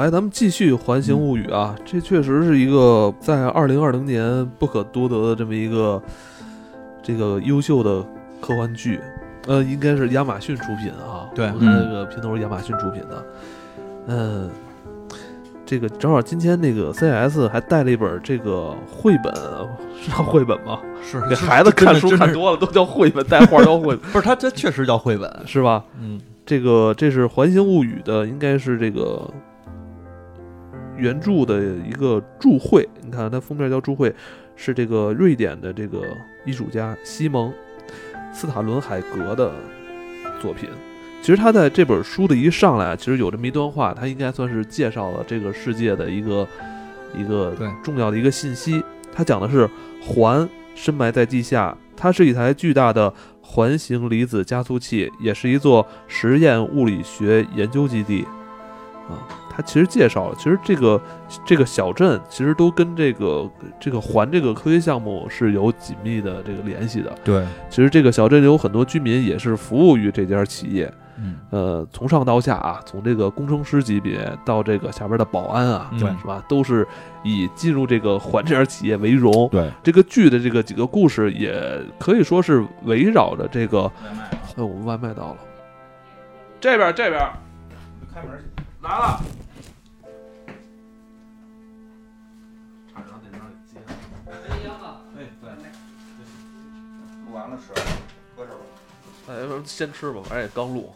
来，哎咱们继续《环形物语》啊，这确实是一个在二零二零年不可多得的这么一个这个优秀的科幻剧，呃，应该是亚马逊出品啊。对我看那个片头是亚马逊出品的。嗯，这个正好今天那个 CS 还带了一本这个绘本，呃是叫绘本吗？是给是孩子真的看书真的看是多了都叫绘本，带画儿叫绘本不是它这确实叫绘 本，是吧？嗯，这个这是《环形物语》的，应该是这个原著的一个注会。你看它封面叫注会，是这个瑞典的这个艺术家西蒙斯塔伦海格的作品。其实他在这本书的一上来，其实有这么一段话，他应该算是介绍了这个世界的一个一个对重要的一个信息。他讲的是环深埋在地下，它是一台巨大的环形离子加速器，也是一座实验物理学研究基地。啊，他其实介绍了，其实这个这个小镇其实都跟这个这个环这个科学项目是有紧密的这个联系的。对，其实这个小镇有很多居民也是服务于这家企业，嗯，呃，从上到下啊，从这个工程师级别到这个下边的保安啊，嗯嗯对是吧，都是以进入这个环这家企业为荣。对，这个剧的这个几个故事，也可以说是围绕着这个。哎，我们外卖到了，这边这边，开门去，来了。差点让那边给接了。哎，对，录完了吃，喝着吧。哎，先吃吧，反正也刚录。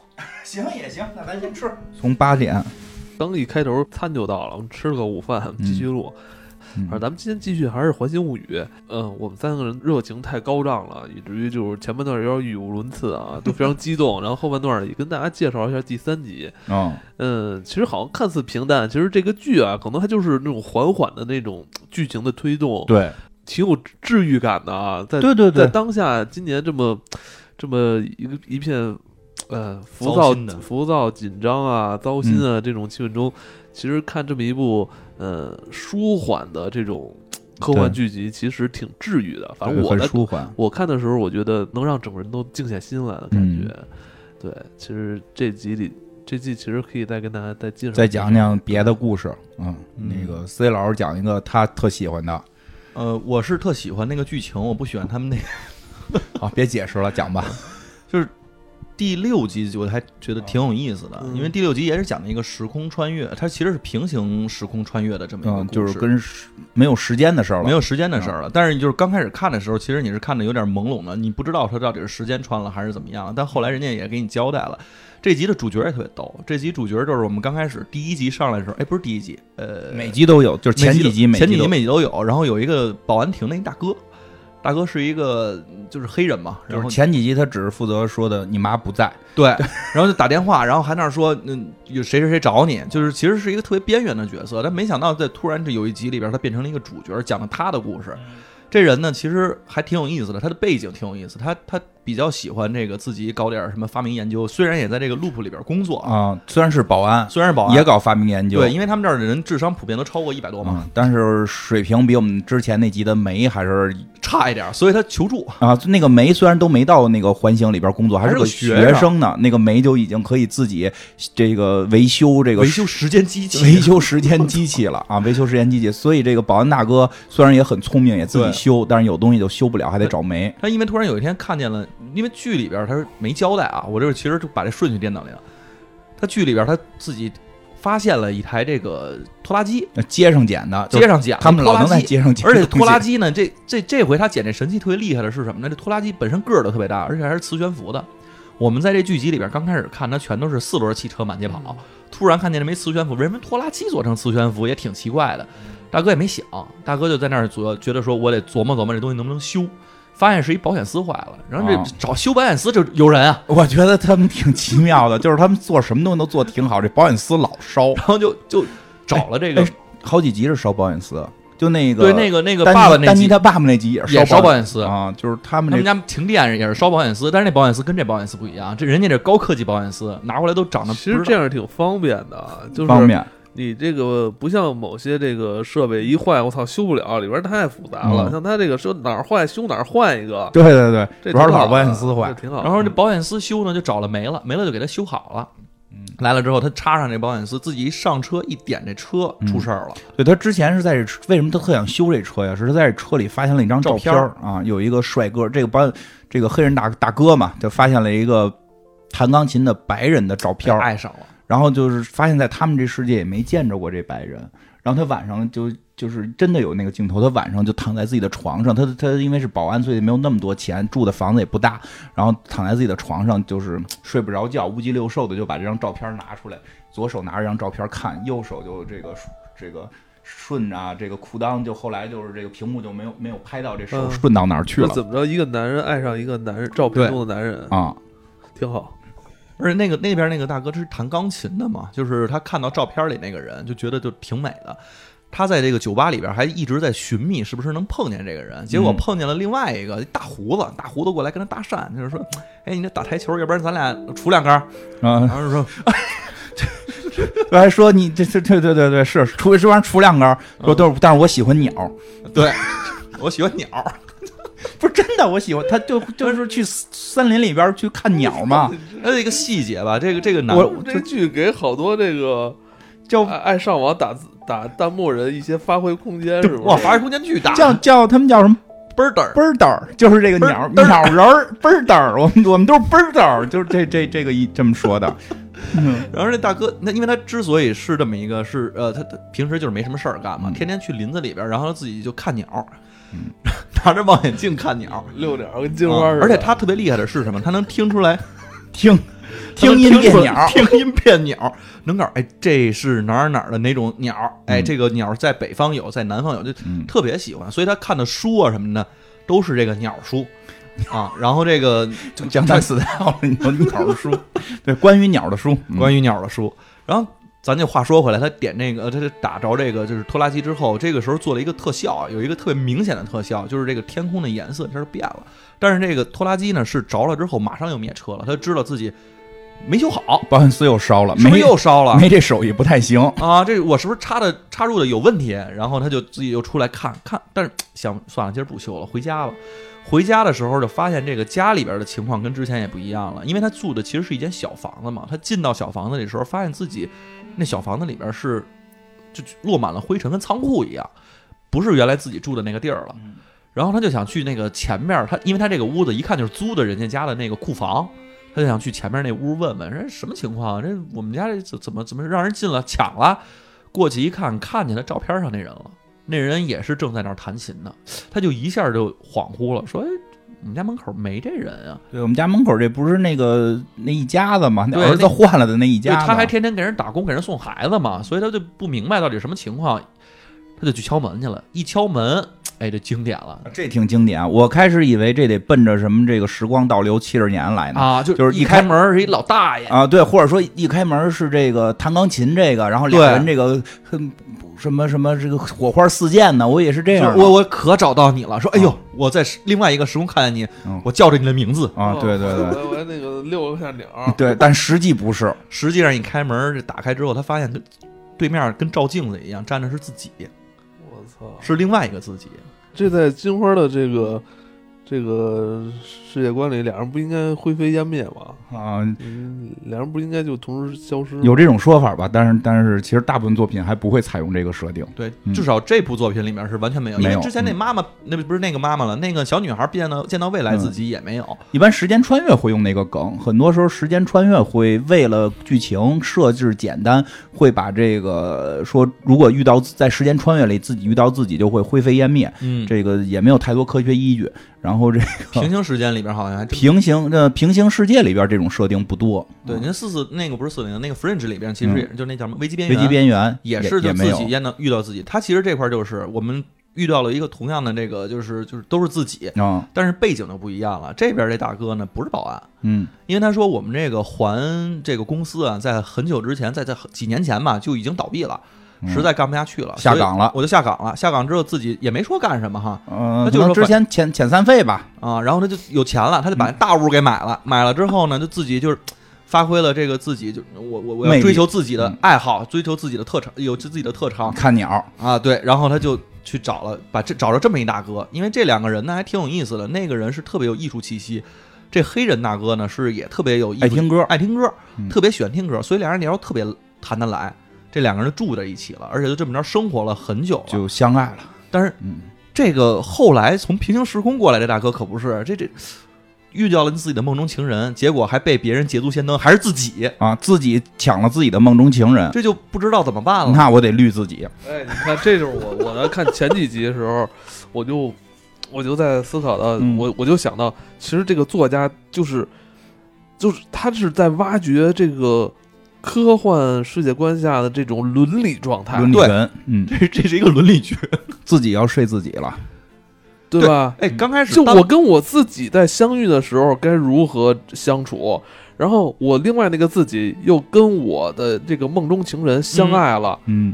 行也行，那咱先吃。从八点，刚一开头餐就到了，我们吃了个午饭，继续录。嗯反正咱们今天继续还是《环形物语》。嗯，我们三个人热情太高涨了，以至于就是前半段有点语无伦次啊，都非常激动。 然后后半段也跟大家介绍一下第三集。嗯，嗯，其实好像看似平淡，其实这个剧啊，可能它就是那种缓缓的那种剧情的推动，对，挺有治愈感的啊。在对对在对，当下今年这么这么一个一片呃浮糟躁心的浮躁紧张啊糟心嗯啊、这种气氛中，其实看这么一部呃舒缓的这种科幻剧集，其实挺治愈的。反正啊我很的舒缓。我看的时候，我觉得能让整个人都静下心来的感嗯觉。对，其实这集里这季其实可以再跟大家再介绍再讲讲别的故事，嗯，嗯那个 C 老师讲一个他特喜欢的，呃，我是特喜欢那个剧情，我不喜欢他们那个好，啊别解释了，讲吧。第六集，我还觉得挺有意思的，哦嗯因为第六集也是讲了一个时空穿越，它其实是平行时空穿越的这么一个嗯，故事，就是跟时没有时间的事儿了，嗯没有时间的事儿了。但是你就是刚开始看的时候，其实你是看的有点朦胧的，你不知道它到底是时间穿了还是怎么样。但后来人家也给你交代了。这集的主角也特别逗，这集主角就是我们刚开始第一集上来的时候，哎，不是第一集，呃，每集都有，就是前每几集每前几都集每集都有。然后有一个保安亭的一大哥，大哥是一个就是黑人嘛，然就后是前几集他只是负责说的你妈不在，对，然后就打电话，然后还那儿说，嗯，有谁谁谁找你，就是其实是一个特别边缘的角色，但没想到在突然这有一集里边，他变成了一个主角，讲了他的故事。嗯这人呢，其实还挺有意思的，他的背景挺有意思，他他比较喜欢这个自己搞点儿什么发明研究，虽然也在这个 loop 里边工作，啊，虽然是保安，虽然是保安，也搞发明研究，对，因为他们这儿的人智商普遍都超过一百多嘛，嗯，但是水平比我们之前那集的梅还是差一点儿，所以他求助。啊，那个梅虽然都没到那个环形里边工作，还还是是个个学学生生呢，那个梅就已经可以自己这个维修这个维修时间机器，维修时间机器了啊，维修时间机器。所以这个保安大哥虽然也很聪明，也自己对修，但是有东西就修不了，还得找煤。他因为突然有一天看见了，因为剧里边他是没交代啊，我这其实就把这顺序颠倒了。他剧里边他自己发现了一台这个拖拉机，那街上捡的，就街上捡的他们老能拖拉在机街上捡，而且拖拉，机呢，这这这回他捡这神器特别厉害的是什么呢？这拖拉机本身个儿都特别大，而且还是磁悬浮的。我们在这剧集里边刚开始看，它全都是四轮汽车满街跑，突然看见这枚磁悬浮，为什么拖拉机做成磁悬浮也挺奇怪的。大哥也没想，大哥就在那儿琢觉得说，我得琢磨琢磨这东西能不能修。发现是一保险丝坏了，然后这啊找修保险丝就有人啊，我觉得他们挺奇妙的，就是他们做什么东西都做挺好，这保险丝老烧，然后就就找了这个哎好几集是烧保险丝，就那个对那个那个丹尼爸爸那丹尼集他爸爸那集也是也烧保保险丝，啊，就是他们他这们家停电也是烧保险丝，但是那保险丝跟这保险丝不一样，这人家这高科技保险丝拿过来都长得其实不知这道样挺方便的啊，就方是面。你这个不像某些这个设备一坏，我操修不了，里边太复杂了。嗯像它这个说哪儿坏修哪儿换一个， 对对对，这主要是挺好的老嗯保险丝坏这。挺好的。然后这保险丝修呢就找了没了，没了就给他修好了，嗯，来了之后，他插上这保险丝，自己一上车一点这车嗯出事儿了。对他之前是在这车，为什么他特想修这车呀？是他在这车里发现了一张照片儿啊，有一个帅哥，这个班这个黑人大大哥嘛，就发现了一个弹钢琴的白人的照被片儿，爱上了，然后就是发现在他们这世界也没见着过这白人。然后他晚上就就是真的有那个镜头，他晚上就躺在自己的床上，他他因为是保安，所以没有那么多钱，住的房子也不大，然后躺在自己的床上就是嗯睡不着觉，乌鸡六兽的就把这张照片拿出来，左手拿着张照片看，右手就这个这个顺着啊这个裤裆，就后来就是这个屏幕就没有没有拍到这手嗯顺到哪儿去这了怎么着？一个男人爱上一个男人，照片中的男人，啊、挺好。而且那个那边那个大哥是弹钢琴的嘛，就是他看到照片里那个人，就觉得就挺美的。他在这个酒吧里边还一直在寻觅是不是能碰见这个人，结果嗯碰见了另外一个大胡子，大胡子过来跟他搭讪，就是说：“哎，你这打台球，要不然咱俩杵两杆儿。啊”然后就说我还说你这这对对对对是，除这玩意儿除两杆儿，说都是，但是我喜欢鸟，：“对，我喜欢鸟。不是真的，我喜欢，他 就就是去森林里边去看鸟嘛，”还有一个细节吧，这个这个男我这剧给好多这个叫爱爱上网打字打弹幕人一些发挥空间，是不是？哇，发挥空间巨大，叫叫他们叫什么倍儿嘚儿。 bird，儿就是这个嘚 鸟嘚儿鸟人儿 bird，儿我们我们都是 bird，儿就是这这这个一这么说的，嗯然后这大哥，那因为他之所以是这么一个，是呃，他他平时就是没什么事儿干嘛，嗯天天去林子里边，然后自己就看鸟，嗯 拿着望远镜看鸟。啊遛鸟跟 金啊花似的。而且他特别厉害的是什么？他能听出来，听他能听音出辨鸟，听音辨鸟，能搞哎，这是哪儿哪儿的哪种鸟？哎，嗯这个鸟在北方有，在南方有，就嗯特别喜欢。所以他看的书啊什么的，都是这个鸟书啊。然后这个就江南四大了，你说鸟的书，对，关于鸟的书，于关于鸟的书。然后咱就话说回来，他点那个，他就打着这个就是拖拉机之后，这个时候做了一个特效啊，有一个特别明显的特效，就是这个天空的颜色一下就变了。但是这个拖拉机呢是着了之后马上就灭车了，他知道自己没修好，保险丝又烧了，是不没是又烧啊了？没这手艺不太行，啊，这我是不是插的插入的有问题？然后他就自己又出来看看，但是想算了，今儿不修了，回家吧。回家的时候就发现这个家里边的情况跟之前也不一样了，因为他住的其实是一间小房子嘛。他进到小房子里的时候，发现自己那小房子里边是就落满了灰尘，跟仓库一样，不是原来自己住的那个地儿了。然后他就想去那个前面儿，他因为他这个屋子一看就是租的人家家的那个库房，他就想去前面那屋问问，人什么情况啊？这我们家这怎怎么怎么让人进了抢了？过去一看，看见他照片上那人了，那人也是正在那儿弹琴呢，他就一下就恍惚了，说：“哎，我们家门口没这人啊。对我们家门口这不是那个那一家子嘛，那对儿子那换了的那一”对，家子，他还天天给人打工，给人送孩子嘛，所以他就不明白到底什么情况，他就去敲门去了。一敲门，哎，这经典了这挺经典啊。我开始以为这得奔着什么这个时光倒流七十年来呢啊！就哎就是一一开开门是一老大爷，啊，对，或者说一开门是这个弹钢琴这个，然后对俩人这个哼什么什么这个火花四溅呢，我也是这就样是的，我我可找到你了，说哎呦啊，我在另外一个时空看见你，嗯我叫着你的名字。啊，对对 对我我那个遛了下鸟，对，但实际不是，实际上一开门，这打开之后，他发现跟对面跟照镜子一样站的是自己，我操！是另外一个自己。这在金花的这个这个世界观里，俩人不应该灰飞烟灭吗？啊，嗯，俩人不应该就同时消失吗？有这种说法吧，但是但是其实大部分作品还不会采用这个设定，对嗯，至少这部作品里面是完全没有，没有因为之前那妈妈，那不是那个妈妈了，那个小女孩见到见到未来嗯自己也没有。一般时间穿越会用那个梗，很多时候时间穿越会为了剧情设置简单，会把这个说如果遇到在时间穿越里自己遇到自己就会灰飞烟灭，嗯，这个也没有太多科学依据，然后这个平行时间里边好像还真平行呃平行世界里边这种设定不多，对，您四四那个不是四零，那个 Fringe 里边其实也是就那叫什么危机边危缘，机边缘也是就也没自有己。也能遇到自己。他其实这块就是我们遇到了一个同样的这个，就是就是都是自己，啊，但是背景就不一样了。这边这大哥呢不是保安，嗯因为他说我们这个还这个公司啊，在很久之前，在在很几年前吧，就已经倒闭了，嗯实在干不下去了，下岗了啊所以我就下岗了。下岗之后自己也没说干什么哈呃，那就是可能说之前遣遣散费吧，啊，然后他就有钱了，他就把大屋给买 了，买了之后呢，就自己就是。发挥了这个自己就我我我魅要力追求自己的嗯爱好，追求自己的特长，有自己的特长看鸟，啊，对，然后他就去找了，把这找着这么一大哥，因为这两个人呢还挺有意思的，那个人是特别有艺术气息，这黑人大哥呢是也特别有艺术爱听歌爱听歌，嗯特别喜欢听歌，所以俩人聊得特别谈得来。这两个人住在一起了，而且就这么着生活了很久了。就相爱了。但是嗯，这个后来从平行时空过来的大哥可不是这这遇到了自己的梦中情人，结果还被别人捷足先登，还是自己，啊，自己抢了自己的梦中情人，这就不知道怎么办了。那我得绿自己。哎，你看，这就是我我在看前几集的时候，我就我就在思考到，嗯我我就想到，其实这个作家就是就是他是在挖掘这个科幻世界观下的这种伦理状态，伦理对人，嗯， 这这是一个伦理剧，自己要睡自己了。对吧？哎，刚开始就当我跟我自己在相遇的时候该如何相处，然后我另外那个自己又跟我的这个梦中情人相爱了，嗯，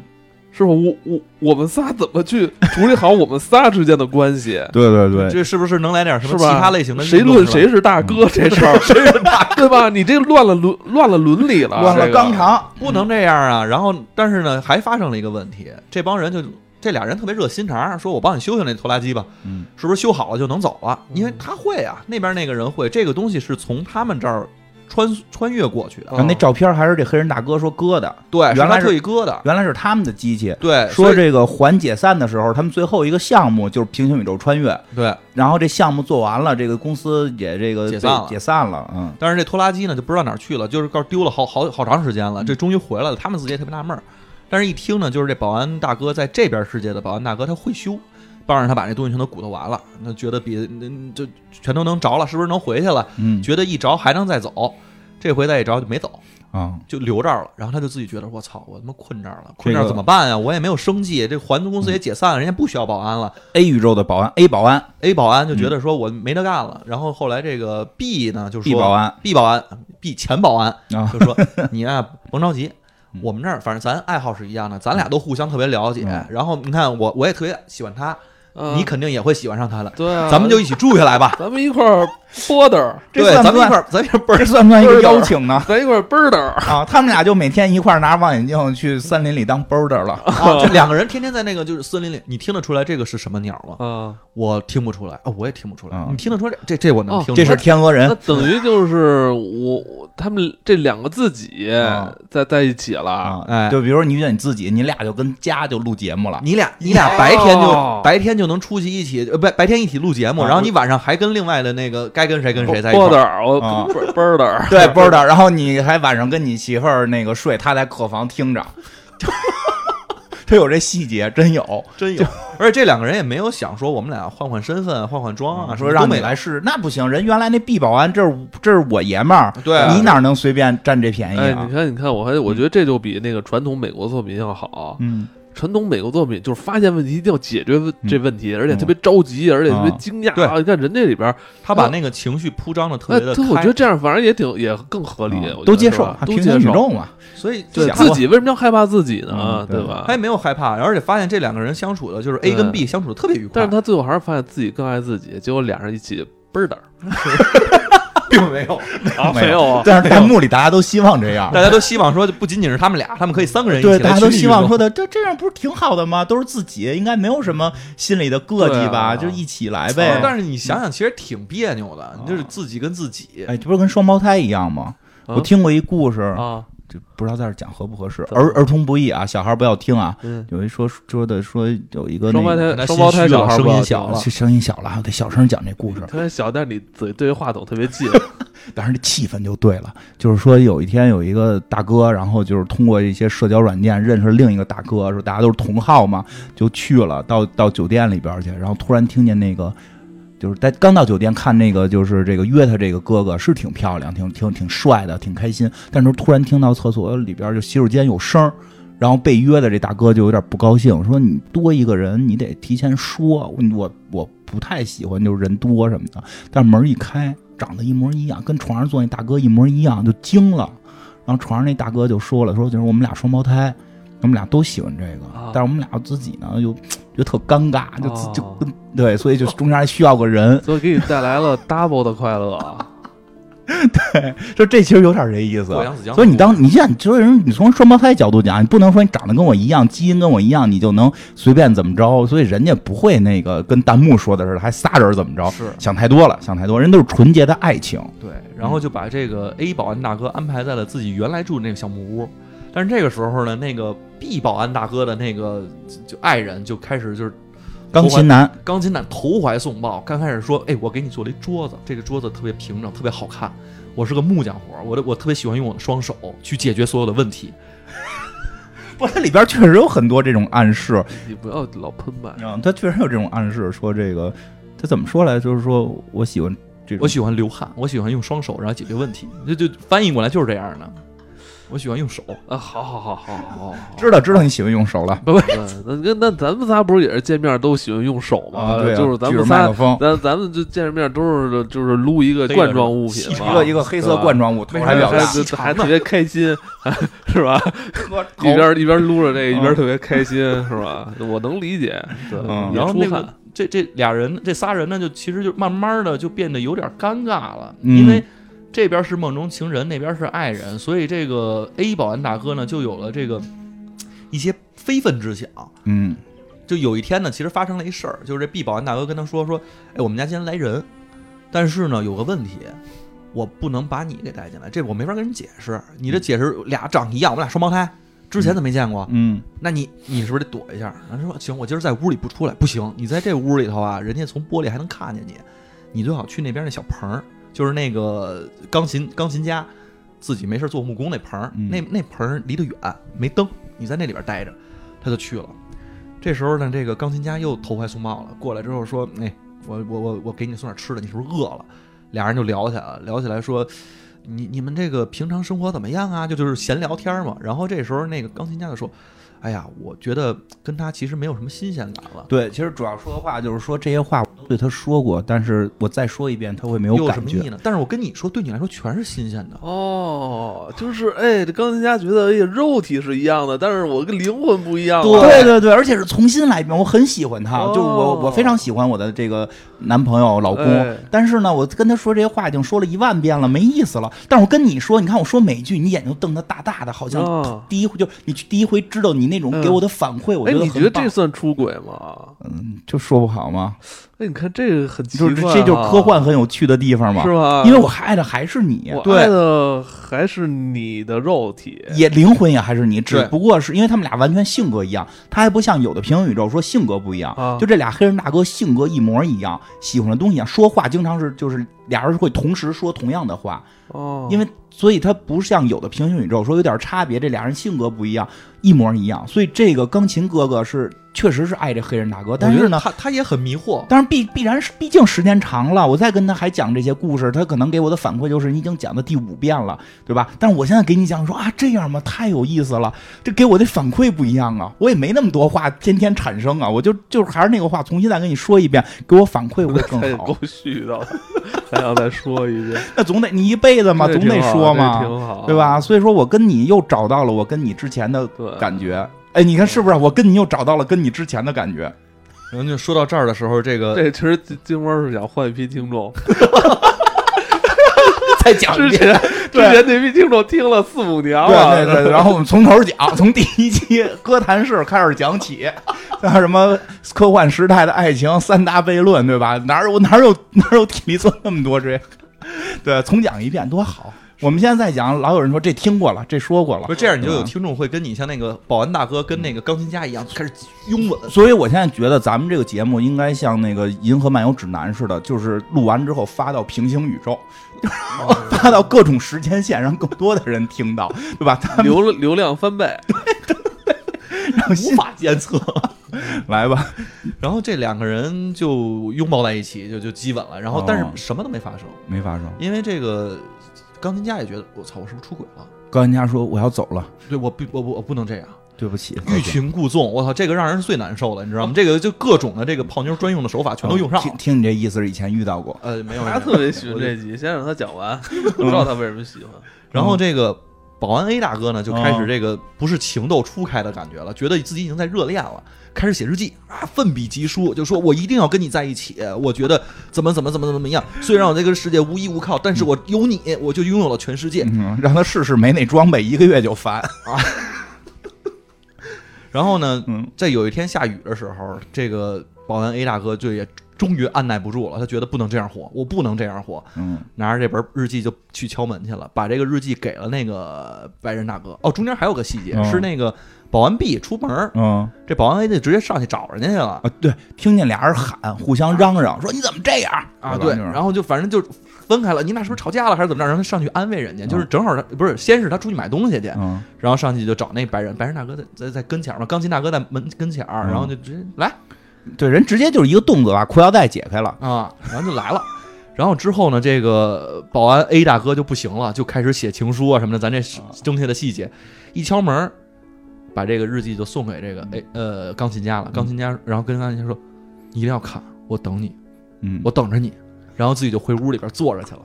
是吧？我我我们仨怎么去处理好我们仨之间的关系？对对对，这是不是能来点 什么是其吧？他类型的运动？谁论是吧嗯谁是大哥这事儿，谁是大 对吧？你这乱了伦乱了伦理了，啊乱这了个肛。肠。不能这样啊！然后，但是呢，还发生了一个问题，这帮人就这俩人特别热心肠，说我帮你修修那拖拉机吧，嗯，是不是修好了就能走了？嗯因为他会啊，那边那个人会，这个东西是从他们这儿穿穿越过去的，啊然后那照片还是这黑人大哥说割的，对，嗯原来是是他特意割的，原来是他们的机器。对，所说以这个环解散的时候，他们最后一个项目就是平行宇宙穿越，对，然后这项目做完了，这个公司也这个解散了被解散了，嗯，但是这拖拉机呢就不知道哪儿去了，就是告丢了好好好长时间嗯了，这终于回来了，他们自己也特别纳闷儿。但是，一听呢，就是这保安大哥在这边世界的保安大哥，他会修，帮着他把这东西全都鼓捣完了，那觉得比那就全都能着了，是不是能回去了？嗯觉得一着还能再走，这回再一着就没走，啊，就留这儿了。然后他就自己觉得，我操，我他妈困这儿了，个困这儿怎么办呀？我也没有生计，这环公司也解散了，人家不需要保安了。 A 宇宙的保安，A 保安 A 保安就觉得说我没得干了，然后后来这个 B 呢就嗯说，B 保安，B 保安，B 前保安啊，就说你啊甭着急嗯。我们这儿反正咱爱好是一样的，咱俩都互相特别了解。嗯然后你看我，我也特别喜欢他，嗯你肯定也会喜欢上他的。嗯对啊，咱们就一起住下来吧。咱们一块儿波的，这对，算咱不们算一块儿，咱一块儿倍儿这算不算一个邀请呢？咱一块儿奔儿的，啊，他们俩就每天一块儿拿着望远镜去森林里当 boulder 了， 啊，这两个人天天在那个就是森林里，你听得出来这个是什么鸟吗？啊，我听不出来，啊，我也听不出来啊。你听得出来？这这我能哦听出这来。是天鹅那人，等于就是我我他们这两个自己啊嗯在在一起了，啊，哎就比如说你遇见你自己，你俩就跟家就录节目了，你俩你俩白天哦就白天就能出去一起，呃，白白天一起录节目，啊然后你晚上还跟另外的那个该跟谁跟谁在一波块的儿。，嗯我啊 奔儿的， 对 boulder，然后你还晚上跟你媳妇儿那个睡，她在客房听着， 他有这细节，真有。真有，而且这两个人也没有想说我们俩换换身份、换换妆啊，说什么都让哦你没来试，那不行，人原来那 B 保安，这是这是我爷们儿，对啊你哪能随便占这便宜哎，啊你？看，你看，我还我觉得这就比那个传统美国作品要好，嗯，传统美国作品就是发现问题一定要解决问嗯这问题，而且特别着急，而且特别啊惊讶。对啊你看人这里边儿，他把那个情绪铺张的特别那的哎我觉开得，这样反而也挺也更合理，啊我觉得都接是受吧，都平接行宇受。宙嘛，所以就对想自 过己为什么要害怕自己呢嗯？对吧他？也没有害怕，而且发现这两个人相处的就是 A 跟 B 相处的特别愉快，但是他最后还是发现自己更爱自己，结果俩人一起倍儿的并没有。啊 没有有啊，但是弹幕里大家都希望这样， 大家都希望说，不仅仅是他们俩，他们可以三个人一起来对，大家都去希望旅说游的这这样不是挺好的吗？都是自己，应该没有什么心里的膈对啊哦应吧？就一起来啊呗。但是你想想，其实挺别扭的，你哦就是自己跟自己。哎，这不是跟双胞胎一样吗？啊我听过一故事，啊，这不知道在这讲合不合适，怎么儿儿童不宜啊，小孩不要听啊。嗯，有一说说的说有一个那啊双个胞胎他双胞心胎虚了小孩儿声不音好小听啊了这声音小了，我得小声讲这故事，特别小，但是你嘴对着话筒特别 近，但是这气氛就对了。就是说有一天有一个大哥，然后就是通过一些社交软件认识另一个大哥，说大家都是同号嘛，就去了到到酒店里边去，然后突然听见那个。就是在刚到酒店看那个，就是这个约他这个哥哥是挺漂亮，挺挺挺帅的，挺开心。但是突然听到厕所里边就洗手间有声儿，然后被约的这大哥就有点不高兴，说你多一个人，你得提前说，我我不太喜欢就是人多什么的。但门一开，长得一模一样，跟床上坐那大哥一模一样，就惊了。然后床上那大哥就说了，说就是我们俩双胞胎，我们俩都喜欢这个啊，但是我们俩自己呢又觉得特尴尬，就自就哦嗯跟对，所以就中间还需要个人。啊所以给你带来了 double 的快乐。就这其实有点这意思过。扬子江的故事。啊所以你当你像你所有人，你从双胞胎角度讲，你不能说你长得跟我一样，基因跟我一样，你就能随便怎么着。所以人家不会那个跟弹幕说的似的，还仨人怎么着，是想太多了，想太多，人都是纯洁的爱情。对，然后就把这个 A 保安大哥安排在了自己原来住的那个小木屋。但是这个时候呢，那个 B 保安大哥的那个就爱人就开始就是钢琴男， 钢琴男投怀送抱，刚开始说：“哎，我给你做了一桌子，这个桌子特别平整，特别好看。我是个木匠活儿，我的我特别喜欢用我的双手去解决所有的问题。不，它里边确实有很多这种暗示，你不要老喷麦。嗯，它确实有这种暗示，说这个他怎么说来，就是说我喜欢这种我，喜欢流汗，我喜欢用双手然后解决问题。就就翻译过来就是这样的。我喜欢用手，啊，好好好好好好，知道知道你喜欢用手了。不不，那那那咱们仨不是也是见面都喜欢用手吗？对啊，就是咱举着们麦仨克，风，咱咱们就见着面都是就是撸一个罐装物品嘛，一个一个黑色对吧罐装物，头没事还比较还大，还还特别开心， 是吧？喝头一边一边撸着这个，嗯一边特别开心，是吧？我能理解，对嗯也然后出那汗个这这俩人这仨人呢，就其实就慢慢的就变得有点尴尬了，嗯因为这边是梦中情人，那边是爱人，所以这个 A 保安大哥呢就有了这个一些非分之想。嗯就有一天呢，其实发生了一事儿，就是这 B 保安大哥跟他说说，哎，我们家今天来人，但是呢有个问题，我不能把你给带进来，这我没法跟人解释。你这解释俩长一样，我们俩双胞胎，之前怎么没见过？嗯那你你是不是得躲一下？然后说行，我今儿在屋里不出来，不行，你在这屋里头啊，人家从玻璃还能看见你，你最好去那边那小棚儿，就是那个钢琴钢琴家自己没事做木工那棚儿，嗯那那棚儿离得远，没灯，你在那里边待着，他就去了。这时候呢，这个钢琴家又投怀送抱了，过来之后说：“哎，我我我我给你送点吃的，你是不是饿了？”俩人就聊起来了，聊起来说：“你你们这个平常生活怎么样啊？”就就是闲聊天嘛。然后这时候那个钢琴家就说：“哎呀，我觉得跟他其实没有什么新鲜感了。对，其实主要说的话就是说这些话我都对他说过，但是我再说一遍他会没又有什感么觉意义。呢？但是我跟你说，对你来说全是新鲜的。哦，就是哎，这钢琴家觉得哎呀，肉体是一样的，但是我跟灵魂不一样了。对对对，而且是重新来一遍，我很喜欢他，哦就是我我非常喜欢我的这个男朋友老公，哎但是呢，我跟他说这些话已经说了一万遍了，没意思了。但是我跟你说，你看我说每一句，你眼睛瞪得大大的，好像哦第一回、就是你第一回知道你那种嗯给我的反馈，我哎，觉得你觉很得棒。这算出轨吗？嗯，就说不好吗？哎，你看这个很奇就怪、啊，是这就是科幻很有趣的地方嘛，是吧？因为我爱的还是你，我爱的还是你的肉体。也灵魂也还是你，只对不过是因为他们俩完全性格一样，他还不像有的平行宇宙说性格不一样，啊就这俩黑人大哥性格一模一样，喜欢的东西一样，说话经常是就是俩人会同时说同样的话，哦，因为所以他不像有的平行宇宙说有点差别，这俩人性格不一样，一模一样，所以这个钢琴哥哥是确实是爱这黑人大哥，但我觉是得呢。他他也很迷惑。当然必必然是，毕竟时间长了，我再跟他还讲这些故事，他可能给我的反馈就是你已经讲到第五遍了，对吧？但是我现在给你讲说啊，这样吗？太有意思了，这给我的反馈不一样啊，我也没那么多话天天产生啊，我就就是还是那个话，重新再跟你说一遍，给我反馈 会太更够好。絮叨了， 还想再说一遍，那总得你一辈子嘛，这总挺得好说这嘛，挺好，对？吧？所以说我跟你又找到了我跟你之前的对，感觉。哎，你看是不是？我跟你又找到了跟你之前的 感觉。然后就说到这儿的时候，这个这其实金金花是想换一批听众，再讲之一遍前之前那批听众听了四五年对了，对对，然后我们从头讲，从第一期哥谭市开始讲起，像什么科幻时代的爱情三大悖论，对吧？哪有哪有哪有体力做那么多这？对，重讲一遍多好。我们现在在讲，老有人说这听过了，这说过了不，是这样，你就有嗯听众会跟你像那个保安大哥跟那个钢琴家一样开始拥吻。所以我现在觉得咱们这个节目应该像那个《银河漫游指南》似的，就是录完之后发到平行宇宙， 发到各种时间线，让更多的人听到，对吧？ 他 们流流量翻倍，让无法监测。 来吧，然后这两个人就拥抱在一起，就就激吻了。然后但是哦什么都没发生，没发生。因为这个钢琴家也觉得我操，我是不是出轨了？高人家说我要走了，对，我不我不我不能这样，啊对不起，欲擒故纵。我操，这个让人是最难受的，你知道吗？这个就各种的这个泡妞专用的手法全都用上听了。听你这意思是以前遇到过，呃，没有，没有嗯他特别喜欢这集，先让他讲完，不知道他为什么喜欢。然后这个保安 A 大哥呢就开哦始这个不是情窦初开的感觉了，觉得自己已经在热恋了，开始写日记啊，奋笔疾书，就说我一定要跟你在一起，我觉得怎么怎么怎么怎么样，虽然我这个世界无依无靠，但是我有你，我就拥有了全世界。嗯，让他试试没那装备，一个月就烦。然后呢， 嗯在有一天下雨的时候，这个保安 A 大哥就也终于按耐不住了，他觉得不能这样活，我不能这样活，嗯，拿着这本日记就去敲门去了，把这个日记给了那个白人大哥。哦，中间还有个细节、哦是那个保安 B 出门儿，嗯这保安 A 就直接上去找人家去了啊，对，听见俩人喊，互相嚷嚷，说你怎么这样啊，对，然后就反正就分开了。你俩是不是吵架了还是怎么着？让他上去安慰人家，就是正好他不是先是他出去买东西去，嗯然后上去就找那白人，白人大哥在在在跟前儿嘛，钢琴大哥在门跟前儿，嗯然后就直接来对，人直接就是一个动作把裤腰带解开了。啊，然后就来了。然后之后呢，这个保安 A 大哥就不行了，就开始写情书啊什么的，咱这是征切的细节。一敲门儿，把这个日记就送给这个哎呃钢琴家了。钢琴家，然后跟钢琴家说：“你一定要看，我等你，嗯我等着你。”然后自己就回屋里边坐着去了，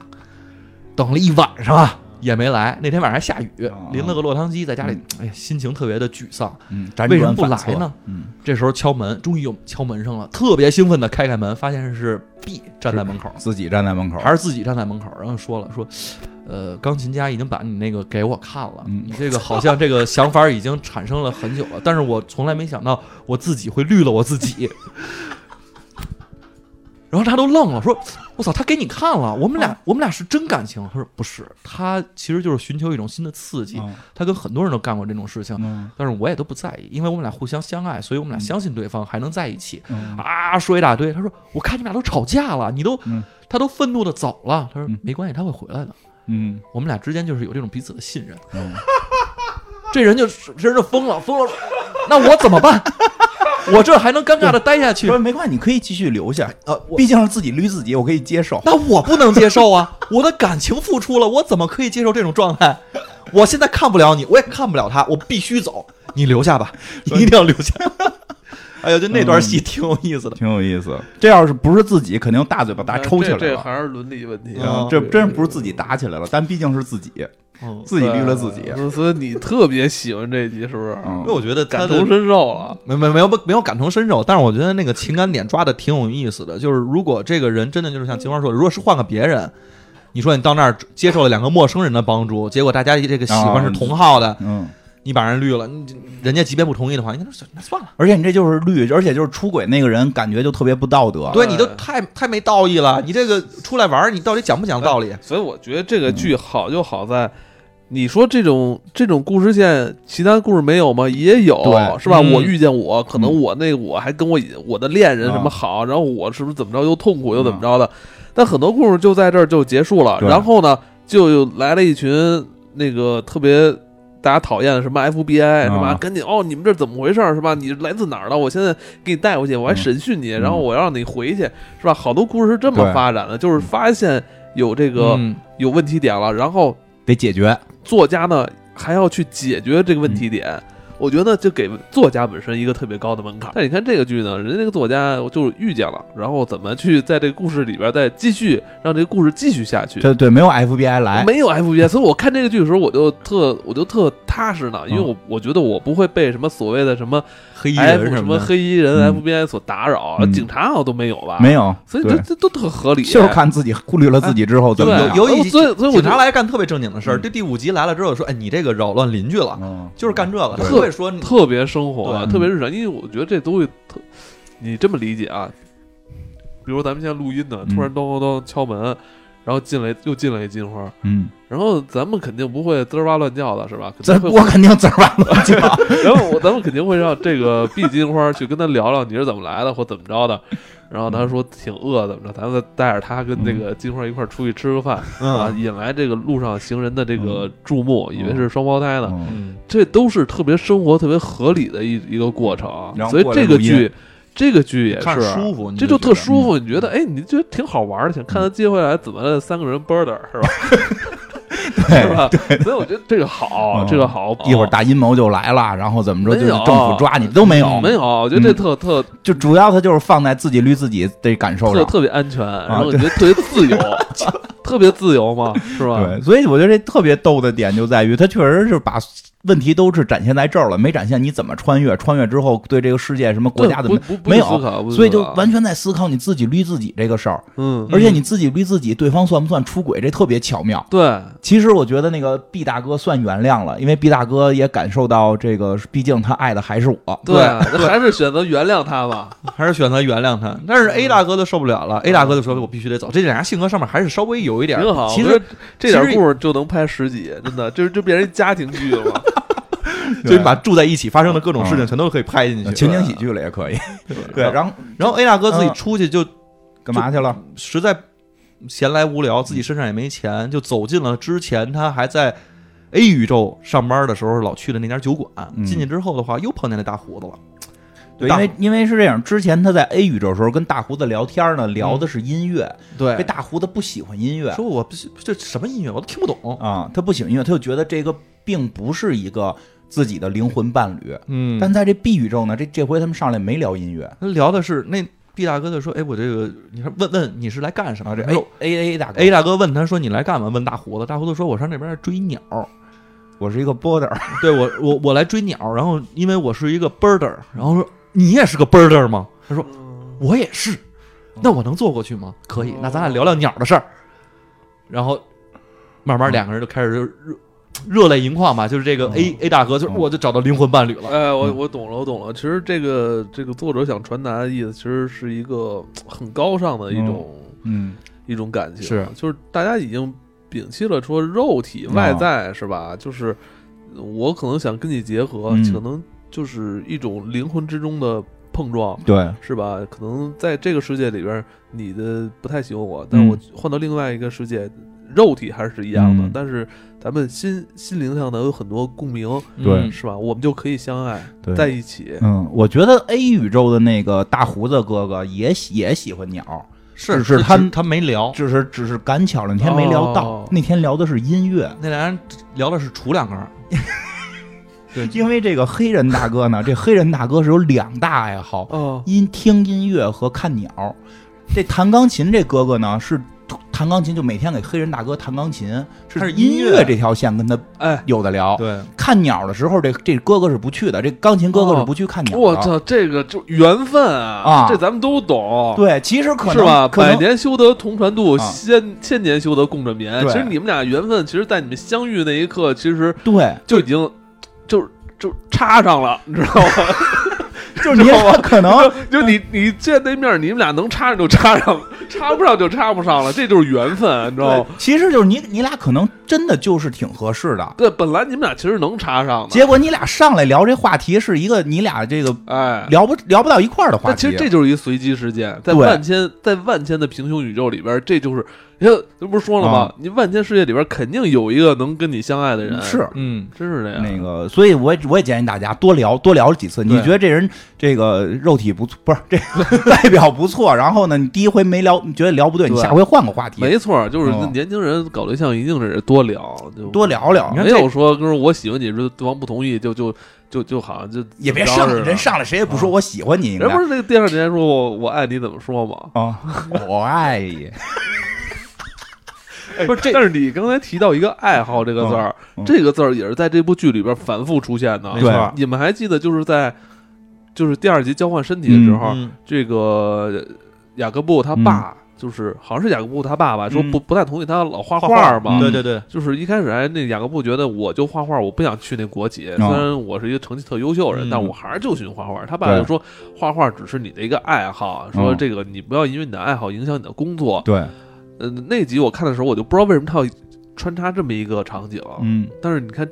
等了一晚上啊也没来。那天晚上还下雨啊，淋了个落汤鸡，在家里，哎呀，心情特别的沮丧。嗯，辗为什转么不反侧来呢？嗯，这时候敲门，终于有敲门声了，特别兴奋的开开门，发现是 B 站在门口，自己站在门口，嗯还是自己站在门口，然后说了说，呃，钢琴家已经把你那个给我看了，嗯你这个好像这个想法已经产生了很久了，但是我从来没想到我自己会绿了我自己。 然后他都愣了，说：“我操，他给你看了，我们啊俩、我们俩是真感情。”他说：“不是，他其实就是寻求一种新的刺激。嗯他跟很多人都干过这种事情，嗯但是我也都不在意，因为我们俩互相相爱，所以我们俩相信对方还能在一起。嗯啊，说一大堆。他说：“我看你们俩都吵架了，你都，嗯他都愤怒的走了。”他说嗯：“没关系，他会回来的。嗯我们俩之间就是有这种彼此的信任。嗯， 这人就这人就疯了，疯了。那我怎么办？我这还能尴尬的待下去不？是没关系，你可以继续留下，呃，我毕竟是自己捋自己，我可以接受。那我不能接受啊！ 我的感情付出了，我怎么可以接受这种状态？我现在看不了你，我也看不了他，我必须走。你留下吧，你一定要留下。 哎呦，就那段戏挺有意思的。挺有意思。这要是不是自己，肯定大嘴巴呃打啊抽起来这这了。还是伦理问题嗯啊哦这真是不是自己打起来了，但毕竟是自己嗯，自己绿了自己。啊对所以你特别喜欢这一集，是不是？嗯因为我觉得他感的同身受了。没没没有没有感同身受，但是我觉得那个情感点抓的挺有意思的。就是如果这个人真的就是像金花说的，如果是换个别人，你说你到那儿接受了两个陌生人的帮助，结果大家这个喜欢是同号的，嗯，你把人绿了，你人家即便不同意的话，你跟他说那算了，而且你这就是绿，而且就是出轨那个人，感觉就特别不道德。哎对，你都太太没道义了，你这个出来玩儿，你到底讲不讲道理？所以我觉得这个嗯剧好就好在，你说这种这种故事线，其他故事没有吗？也有，对嗯是吧？嗯我遇见我，可能我那我还跟我以我的恋人什么啊好，然后我是不是怎么着又痛苦又怎么着的？但很多故事就在这儿就结束了，对然后呢，就来了一群那个特别。大家讨厌的什么 FBI 是吧？啊赶紧哦，你们这怎么回事儿是吧？你来自哪儿的？我现在给你带回去，我还嗯审讯你，嗯然后我要让你回去是吧？好多故事是这么对发展的，就是发现有这个、嗯有问题点了，然后得解决。作家呢还要去解决这个问题嗯点。我觉得就给作家本身一个特别高的门槛。但你看这个剧呢，人家那个作家就是遇见了，然后怎么去在这个故事里边再继续让这个故事继续下去。这对没有 FBI 来，没有 FBI，所以我看这个剧的时候，我就特我就特踏实呢，因为我、我觉得我不会被什么所谓的什么嗯黑衣 F 人什么么的，黑衣人嗯 FBI 所打扰，嗯警察好像都没有吧？没，有，所以这对这都特合理。就是看自己哎顾虑了自己之后怎么对样。有有一集所以所以我警就嗯察来干特别正经的事儿。这第五集来了之后说，哎，你这个扰乱邻居了，嗯就是干这个，他对不会说你特别生活啊，对特别日常。因为我觉得这东西特，你这么理解啊，比如咱们现在录音呢，嗯突然咚咚咚敲门，然后进来又进来一金花，嗯，然后咱们肯定不会滋儿哇乱叫的是吧？肯这定会我，肯定滋儿吧乱 叫。 然后我咱们肯定会让这个 B 金花去跟他聊聊你是怎么来的或怎么着的。然后他说挺饿，怎么着？咱们带着他跟这个金花一块儿出去吃个饭、啊，嗯引来这个路上行人的这个注目，以为是双胞胎呢。嗯嗯这都是特别生活、特别合理的一一个过程啊然，后所以过来这个录音剧，这个剧也看着是舒服，你这就觉得嗯特舒服。你觉得，哎，你觉得挺好玩的，想看他接回来怎么三个人 birder 是吧？ 是嗯对。吧？所以我觉得这个好，嗯这个好。一会儿大阴谋就来了，然后怎么着就是没有政府抓你都没有，嗯没有，我觉得这嗯特特就主要他就是放在自己捋自己的感受特上，特别安全，然后我啊对 觉得特别自由，特别自由嘛，是吧？对，所以我觉得这特别逗的点就在于，他确实是把问题都是展现在这儿了，没展现你怎么穿越，穿越之后对这个世界什么国家怎不么，不不没有思考，不思所以就考完全在思考你自己捋自己这个事儿，嗯，而且你自己捋自己，对方算不算出轨，这特别巧妙。对，其实我觉得那个毕大哥算原谅了，因为毕大哥也感受到这个，毕竟他爱的还是我。对，那还是选择原谅他吧。还是选择原谅他。嗯但是 A 大哥就受不了了、a 大哥就说：“我必须得走。”这俩性格上面还是稍微有一点。挺好，其我实觉得这点故事就能拍十集，真的，就就变成家庭剧 了。就是把住在一起发生的各种事嗯情全都可以拍进去。呃情景喜剧了也可以，对，然后然后 A 大哥自己嗯出去就干嘛去了？实在闲来无聊，自嗯己身上也没钱，就走进了之前他还在 A 宇宙上班的时候老去的那家酒馆。嗯进去之后的话，又碰见那大胡子了。对，因大为因为是这样，之前他在 A 宇宙的时候跟大胡子聊天呢，聊的是音乐，对这大胡子不喜欢音乐说我不是这什么音乐我都听不懂。啊，他不喜欢音乐，他就觉得这个并不是一个自己的灵魂伴侣。嗯但在这 B 宇宙呢，这这回他们上来没聊音乐他聊的是那 B 大哥就说：“哎，我这个你看问问你是来干什么？”啊，这哎 A A A 大哥 A 大哥问他说：“你来干嘛？”问大胡子，大胡子说：“我上这边追鸟，我是一个 border，对我我我来追鸟。然后因为我是一个 birder，然后说你也是个 birder 吗？他说嗯我也是，那我能坐过去吗？可以，那咱俩聊聊鸟的事儿。然后慢慢两个人就开始就热热泪盈眶吧，就是这个 A、A 大哥就是嗯我就找到灵魂伴侣了。哎，我我懂了，我懂了。其实这个这个作者想传达的意思，其实是一个很高尚的一种、嗯，一种感情，啊是就是啊大家已经摒弃了说肉体外在、是吧？就是我可能想跟你结合，嗯可能就是一种灵魂之中的碰撞。 对，是吧？可能在这个世界里边，你的不太喜欢我，但我换到另外一个世界，肉体还是一样的，嗯但是咱们心心灵上能有很多共鸣，嗯对是吧？我们就可以相爱嗯对在一起。嗯，我觉得 A 宇宙的那个大胡子哥哥也喜也喜欢鸟，是只是他他没聊，只是只是赶巧了那天没聊到，哦那天聊的是音乐。那俩人聊的是杵两根儿。因为这个黑人大哥呢，这 黑人大哥是有两大爱好，哦，音听音乐和看鸟。这弹钢琴这哥哥呢是弹钢琴，就每天给黑人大哥弹钢琴，他是是音音乐乐这条线跟他哎，有的聊。对，看鸟的时候，这这哥哥是不去的，这钢琴哥哥哦是不去看鸟的。我操，这个就缘分啊，啊这咱们都懂，对，其实可能是吧？可百能年修得同船渡，啊千千年修得共枕眠。对其实你们俩缘分，其实，在你们相遇那一刻，其实对， 就已经就就插上了，你知道吗？ 就是你我可 能就你你见那面，你们俩能插上就插上， 插不上就插不上了，这就是缘分，你知道对吗？，其实就是你你俩可能真的就是挺合适的。对，本来你们俩其实能插上的，结果你俩上来聊这话题是一个你俩这个哎。聊不聊不到一块儿的话但题。其实这就是一随机事件，在对万千在万千的平行宇宙里边，这就是你看，这不是说了啊吗？你万千世界里边肯定有一个能跟你相爱的人，是嗯，真是这样。那个，所以我也我也建议大家多聊多聊几次。你对觉得这人这个肉体不错，不是这个 外表不错，然后呢，你第一回没聊，你觉得聊不对，你对下回换个话题，没错，就是哦年轻人搞对象一定是多聊，就多聊聊哎你，看没这有说跟说我喜欢你，说对方不同意，就就就就好像就也别怎么上着来似的人上来谁也不说我喜欢你，应该嗯人不是那个电视节目说我我爱你怎么说 吗？啊，我爱 你，哎不是，嗯但是你刚才提到一个爱好这个字儿，嗯嗯这个字儿也是在这部剧里边反复出现的没。错对。你们还记得就是在就是第二集交换身体的时候，嗯这个雅各布他爸、就是好像是雅各布他爸爸说嗯不不太同意他老画画画嘛。嗯对对对，就是一开始还那雅各布觉得我就画画，我不想去那国啊企。虽然我是一个成绩特优秀的人，嗯但我还是就喜欢画画。他爸对就说画画只是你的一个爱好，说嗯这个你不要因为你的爱好影响你的工作。对，嗯、那集我看的时候，我就不知道为什么他要穿插这么一个场景。嗯但是你看，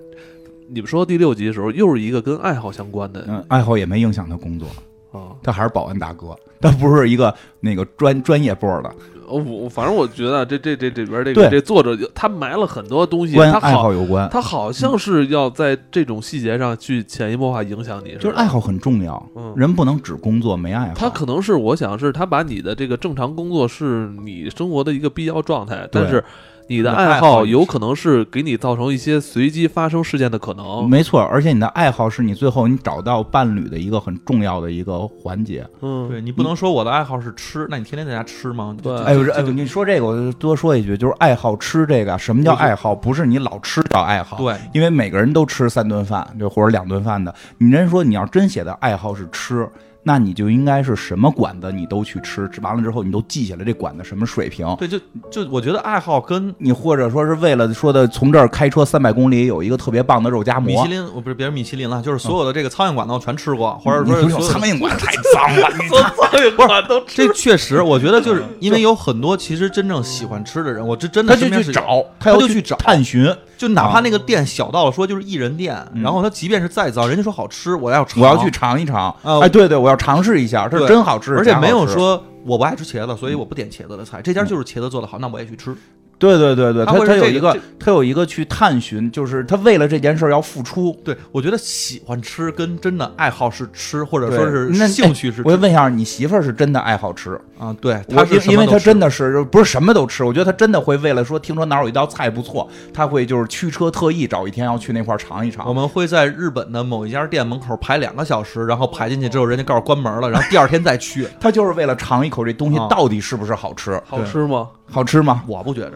你们说第六集的时候，又是一个跟爱好相关的嗯，爱好也没影响他工作，啊。他还是保安大哥，他不是一个那个专专业波的，我呃我反正我觉得啊这这这这里边这个对这作者就他埋了很多东西，关他爱好好有关，他好像是要在这种细节上去潜移默化影响你，就是吧爱好很重要，嗯人不能只工作没爱好。他可能是我想是他把你的这个正常工作是你生活的一个必要状态，但是你的你的爱爱好好也有是可能是给你造成一些随机发生事件的可哦能。没错，而且你的爱好是你最后你找到伴侣的一个很重要的一个环节。嗯，对你不能说我的爱好是吃，那你天天在家吃吗？对呃这哎呦，这哎呦，你说这个，我就多说一句，就是爱好吃这个，什么叫爱好？不是你老吃叫爱好，，对，因为每个人都吃三顿饭，就或者两顿饭的。你人说你要真写的爱好是吃，那你就应该是什么馆子你都去吃，吃完了之后你都记下来这馆子什么水平。对，就就我觉得爱好跟你或者说是为了说的从这儿开车三百公里有一个特别棒的肉夹米馍其，林，我不是别人米其林了，就是所有的这个苍蝇馆子我全吃过，或者你不说是是有所有苍的蝇馆太脏了，你苍蝇馆都这确实，我觉得就是因为有很多其实真正喜欢吃的人，我这真嗯的他就身边去是有，找，啊他要就去去找探寻。就哪怕那个店小到了说就是一人店，然后他即便是再糟，人家说好吃，我要嗯尝我要去，尝一尝，啊哎，对对，我要尝试一下，这是对真好吃，而且假好没有吃，嗯说我不爱吃茄子，所以我不点茄子的菜，这家就是茄子做的好，那我也去吃。对对对对，他他会他是有这一个个他有一个去探寻，就是他为了这件事儿要付出。对，我觉得喜欢吃跟真的爱好是吃，或者对说是那哎兴趣是我问一下，你媳妇儿是真的爱好吃？啊，对，我他是因因为她真的的是不是什么都吃，我觉得她真的会为了说听说哪儿有一道菜不错，她会就是驱车特意找一天要去那块儿尝一我尝。们会在日本的某一家店门口排两个小时，然后排进去之后，人家告诉关门了，然后第二天再去。她就是为了尝一口这东西啊到底是不是好吃，好吃吗？好吃吗？我不觉着，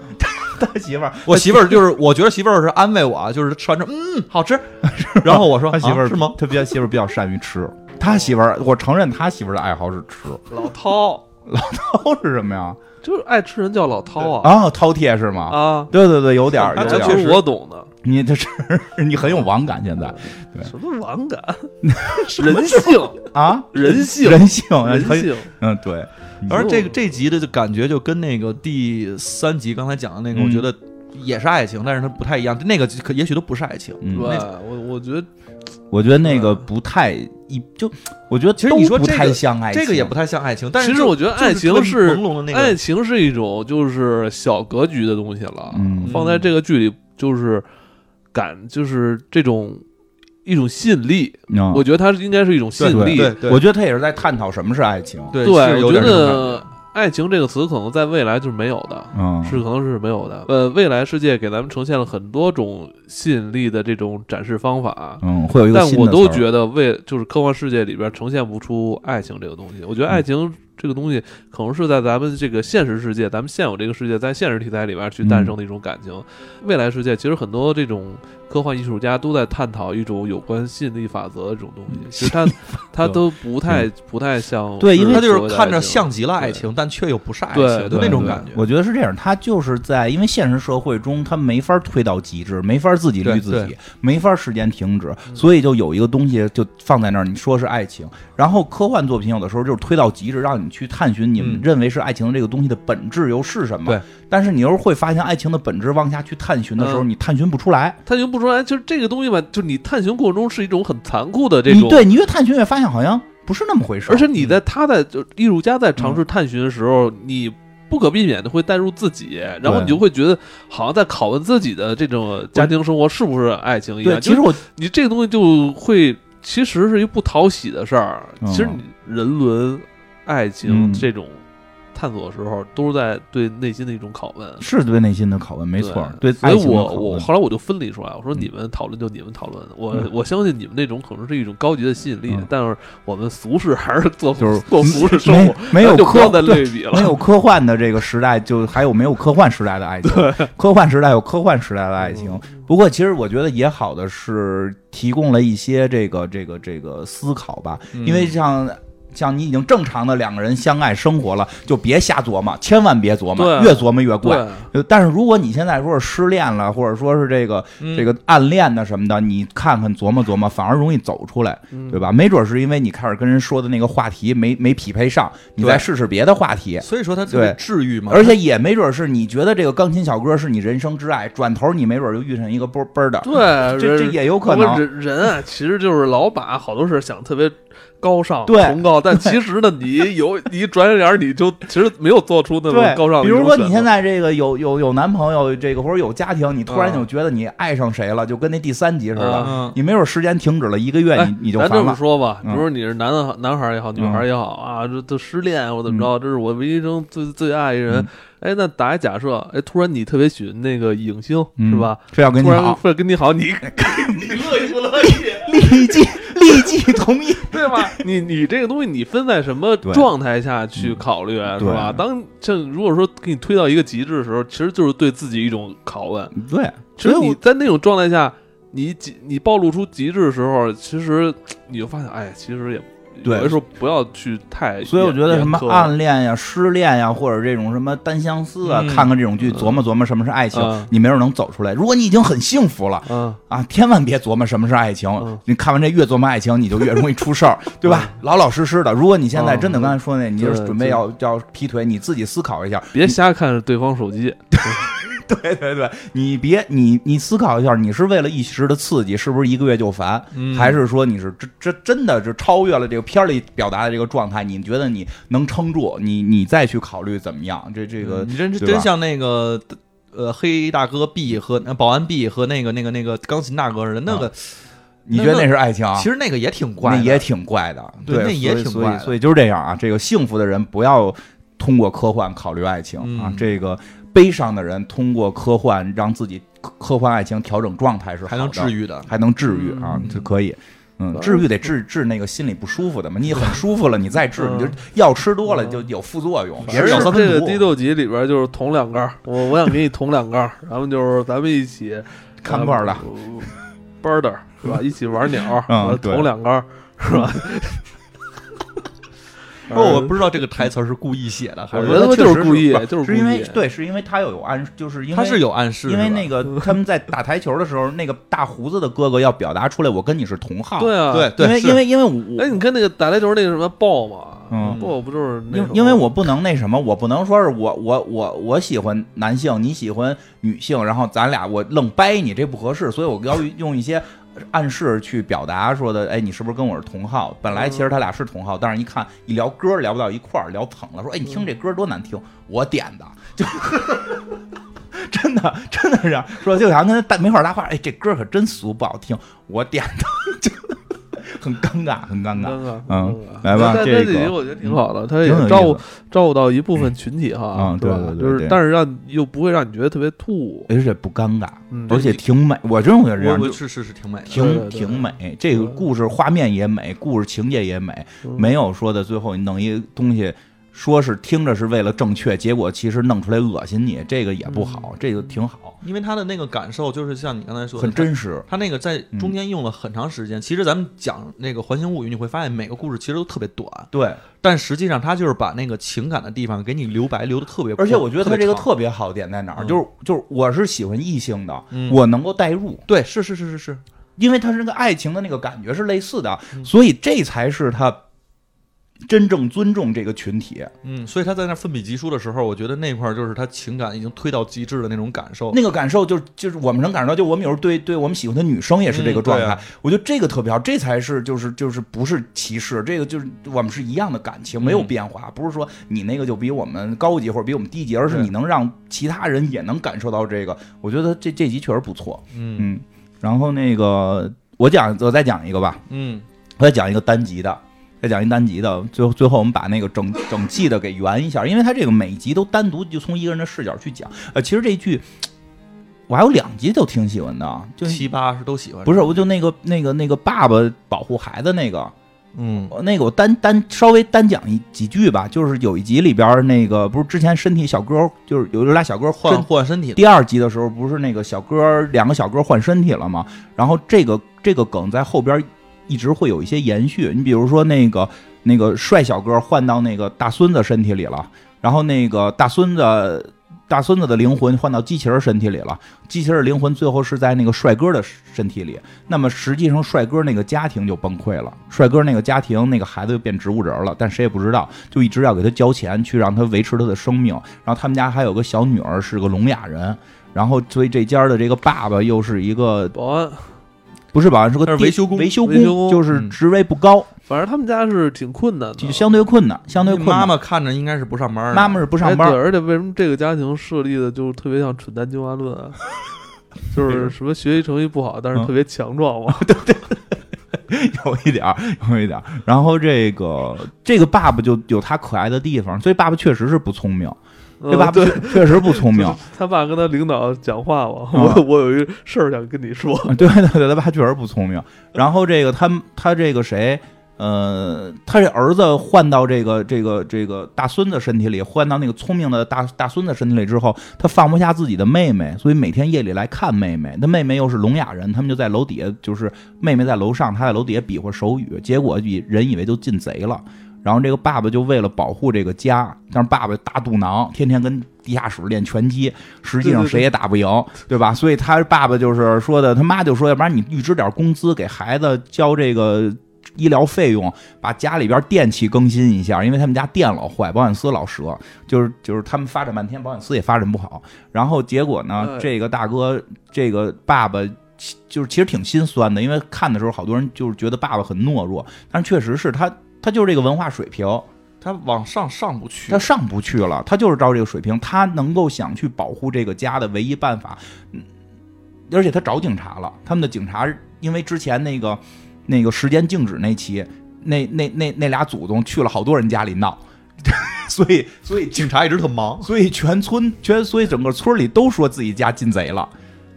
他媳妇儿，我媳妇儿就是，我觉得媳妇儿是安慰我，就是吃完之后，嗯，好吃。 然后我说，他媳妇啊儿是吗？？他比较媳妇儿比较善于吃，他媳妇儿，我承认他媳妇儿的爱好是吃， 老饕饕是什么呀？就是爱吃人叫老饕啊啊，饕餮是吗？啊！对对对，有点儿，他有那点这真不儿。是我懂的，你这是你很有网感现在对什么玩感，人性，啊，人性， 人性，人很，性，嗯，对，而这个这集的就感觉就跟那个第三集刚才讲的那个，嗯我觉得也是爱情，但是它不太一样。那个可也许都不是爱情。对嗯，我我觉得我觉得那个不太一就，我觉得其实你说都不这个太像爱情，这个也不太像爱情，但是其实就我觉得就是爱情特别是朦胧的那个爱情是一种就是小格局的东西了，嗯放在这个剧里就是感就是这种一种吸引力，嗯，我觉得它是应该是一种吸引力。对对我觉得他也是在探讨什么是爱情，对，是对，有我觉点这种感得爱情这个词可能在未来就是没有的。嗯，是，可能是没有的。呃，未来世界给咱们呈现了很多种吸引力的这种展示方法，嗯，会有一个但新的我都词儿觉得为就是科幻世界里边呈现不出爱情这个东西。我觉嗯得爱情这个东西可能是在咱们这个现实世界，咱们现有这个世界，在现实题材里边去诞嗯生的一种感情。未来世界其实很多这种科幻艺术家都在探讨一种有关吸引力法则的这种东西，其实它它都不太不太像嗯对因觉，为他它就是看着像极了爱情，但却又不是爱情对的对那种对感觉。我觉得是这样，他就是在因为现实社会中，他没法推到极致，没法自己对律自己对，没法时间停止，嗯所以就有一个东西就放在那儿，你说是爱情。然后科幻作品有的时候就是推到极致，让你去探寻你们嗯认为是爱情的这个东西的本质又是什么。对，但是你又会发现爱情的本质往下去探寻的时候，嗯你探寻不出来。探寻不出来，就是这个东西吧，就是你探寻过程中是一种很残酷的这你种，对你越探寻越发现好像不是那么回事儿。嗯而且你在他在就艺术家在尝试探寻的时候，你不可避免的会带入自己，然后你就会觉得好像在拷问自己的这种家庭生活是不是爱情一对，样。其实就是我你这个东西就会其实是一不讨喜的事儿。嗯其实你人伦、爱情嗯这种探索的时候，都是在对内心的一种拷问。是对内心的拷问，没错儿，对所以爱情的我拷我问后来我就分离出来，我说嗯你们讨论就你们讨论，我嗯我相信你们那种可能是一种高级的吸引力嗯，但是我们俗世还是做就是过俗世生活没，没有那就不要科再对类比没了。有科幻的这个时代，就还有没有科幻时代的爱情？科幻时代有科幻时代的爱情。不过，其实我觉得也好的是提供了一些这个这个这个思考吧，嗯因为像。像你已经正常的两个人相爱生活了，就别瞎琢磨，千万别琢磨，对越琢磨越怪。对，呃但是如果你现在说是失恋了，或者说是这个嗯这个暗恋的什么的，你看看琢磨琢磨，反而容易走出来，嗯对吧？没准是因为你开始跟人说的那个话题没没匹配上，你再对试试别的话题。所以说它特别对治愈嘛，而且也没准是你觉得这个钢琴小哥是你人生之爱，转头你没准就遇上一个倍儿倍儿的，对，这这人也有可能我。人人啊，其实就是老把好多事想特别高尚、对崇高，但其实呢，你有你转眼儿你就其实没有做出那么对，高尚的比一种选择。如说你现在这个有有有男朋友，这个或者有家庭，你突然嗯就觉得你爱上谁了，就跟那第三集似的，嗯，你没准时间停止了一个月，哎你你就咱这烦么了。说吧，比嗯如说你是男的男孩儿也好，女孩儿也好啊，这这失恋或者怎么着，这是我唯一生最最爱的人嗯。哎，那打一假设，哎，突然你特别喜欢那个影星，嗯是吧？？非要跟你突然好，会跟你好， 你立即 立即同意。对吧？你你这个东西，你分在什么对嗯状态下去考虑，啊是对吧？当像如果说给你推到一个极致的时候，其实就是对自己一种拷问。对，嗯其所以实你我在那种状态下，你极你暴露出极致的时候，其实你就发现，哎，其实也对有的时候不要去太严，所以我觉得什么严苛暗恋呀、失恋呀，或者这种什么单相思啊，嗯看看这种剧，琢磨琢磨什么是爱情嗯，你没准能走出来。如果你已经很幸福了。嗯，啊，千万别琢磨什么是爱情。嗯你看完这越琢磨爱情，你就越容易出事儿，对吧？老老实实的。如果你现在真的嗯刚才说那，你就是对准备对要要劈腿，你自己思考一下。别瞎看对方手机， 对对对，你别你你思考一下，你是为了一时的刺激，是不是一个月就烦？嗯还是说你是真真真的是超越了这个片儿里表达的这个状态？你觉得你能撑住？你你再去考虑怎么样？这这个嗯你嗯真对吧真像那个呃黑大哥 B 和呃保安 B 和那个那个那个钢琴大哥似的，那个你觉得那那是爱情啊？其实那个也挺那怪的，也挺怪的，对那也所以挺所以怪的所以就是这样啊，这个幸福的人不要通过科幻考虑爱情啊嗯，这个悲伤的人通过科幻让自己科科幻爱情调整状态是还能治愈，愈的。还能治愈啊，嗯就可以。嗯，治愈得治治那个心里不舒服的嘛，你很舒服了，你再治，嗯你就药吃多了嗯就有副作用，也也是有这三分个毒低。斗集里边就是捅两杆儿，我我想给你捅两杆儿，咱们就是咱们一起 看腕儿的了，班儿的是吧？一起玩鸟儿，嗯我对捅两杆儿是 吧？不哦过嗯我不知道这个台词儿是故意写的，还我是觉得确就实是故意不就是是因为故意对，是因为他有暗，就是因为他是有暗示，因为是吧那个他们在打台球的时候，那个大胡子的哥哥要表达出来，我跟你是同号，对啊，对因为是因为因为我哎，你看那个打台球那个什么豹嘛，嗯豹不就是那因种因为我不能那什么，我不能说是我我我我喜欢男性，你喜欢女性，然后咱俩我愣掰你，这不合适，所以我要用一些暗示去表达说的，哎，你是不是跟我是同号？本来其实他俩是同号，但是一看一聊歌聊不到一块儿，聊捧了，说哎，你听这歌多难听，我点的， 就真的真的是这样说，就想跟他搭没法搭话，哎，这歌可真俗，不好听，我点的， 就很尴尬，很尴尴尬。尬，嗯尴尬来吧但这但这个嗯集我觉得挺好的，他也挺有意思照顾照顾到一部分群体哈，嗯是吧对对对就是对但是让又不会让你觉得特别突兀，而且不尴尬，嗯而且挺美，我真觉得这样我就我是是是挺美的，对挺对对挺美，这个对故事画面也美，故事情节也美，嗯没有说的最后你弄一东西，说是听着是为了正确，结果其实弄出来恶心你，这个也不好，这个挺好，因为他的那个感受就是像你刚才说的，很嗯他真实。他那个在中间用了很长时间。其实咱们讲那个《环形物语》，你会发现每个故事其实都特别短，对，但实际上他就是把那个情感的地方给你留白，留的特别阔。而且我觉得他这个别长特别好的点在哪儿，嗯就是就是我是喜欢异性的，嗯我能够代入，对，是是是是是，因为他是那个爱情的那个感觉是类似的，嗯所以这才是他真正尊重这个群体。嗯，所以他在那奋笔疾书的时候，我觉得那块儿就是他情感已经推到极致的那种感受。那个感受就是就是我们能感受到，就我们有时候对对我们喜欢的女生也是这个状态。嗯对啊我觉得这个特别好，这才是就是就是不是歧视，这个就是我们是一样的感情，嗯没有变化，不是说你那个就比我们高级或者比我们低级，而是对你能让其他人也能感受到这个。我觉得这这集确实不错，嗯嗯。然后那个我讲我再讲一个吧，嗯我再讲一个单集的，再讲一单集的，最后最后我们把那个整整季的给圆一下，因为它这个每集都单独就从一个人的视角去讲。呃，其实这剧我还有两集都挺喜欢的，啊就七八是都喜欢，不是？是我就那个那个那个爸爸保护孩子那个，嗯呃那个我单单稍微单讲一几句吧，就是有一集里边儿那个不是之前身体小哥就是有有俩小哥换换换身体第二集的时候，不是那个小哥两个小哥换身体了吗？然后这个这个梗在后边一直会有一些延续。你比如说那个那个帅小哥换到那个大孙子身体里了，然后那个大孙子大孙子的灵魂换到机器人身体里了，机器人灵魂最后是在那个帅哥的身体里。那么实际上，帅哥那个家庭就崩溃了，帅哥那个家庭那个孩子就变植物人了，但谁也不知道，就一直要给他交钱去让他维持他的生命。然后他们家还有个小女儿是个聋哑人，然后所以这家的这个爸爸又是一个保安不是保安，是个他是地维修工维修维修工工就是嗯职位不高，反正他们家是挺困难的，就相对困难，相对困难。妈妈看着应该是不上班的，妈妈是不上哎、对，班，而且为什么这个家庭设立的就特别像蠢蛋进化论啊？ 就是什么学习成绩不好，但是嗯特别强壮 嘛。有一点儿，有一点儿。然后这个这个爸爸就有他可爱的地方，所以爸爸确实是不聪明，嗯这爸爸对确，确实不 聪明。他爸跟他领导讲话嘛，啊我我有一事儿想跟你说。 对对对，他爸确实不聪明。然后这个他他这个谁，呃，他这儿子换到这个这个这个大孙子身体里，换到那个聪明的大大孙子身体里之后，他放不下自己的妹妹，所以每天夜里来看妹妹。他妹妹又是聋哑人，他们就在楼底下，就是妹妹在楼上，他在楼底下比划手语，结果以人以为就进贼了。然后这个爸爸就为了保护这个家，但是爸爸大肚囊，天天跟地下室练拳击，实际上对对对谁也打不赢，对吧？所以他爸爸就是说的，他妈就说，要不然你预支点工资给孩子交这个医疗费用，把家里边电器更新一下，因为他们家电老坏，保险丝老折，就是就是他们发展半天，保险丝也发展不好。然后结果呢哎，这个大哥，这个爸爸。其就是其实挺心酸的，因为看的时候好多人就是觉得爸爸很懦弱，但是确实是他他就是这个文化水平，他往上上不去他。上不去了，他就是照这个水平，他能够想去保护这个家的唯一办法，嗯，而且他找警察了，他们的警察因为之前那个那个时间静止那期，那那那那俩祖宗去了好多人家里闹，所以所以警警察一直特 忙，所以全村全所以整个村里都说自己家进贼了。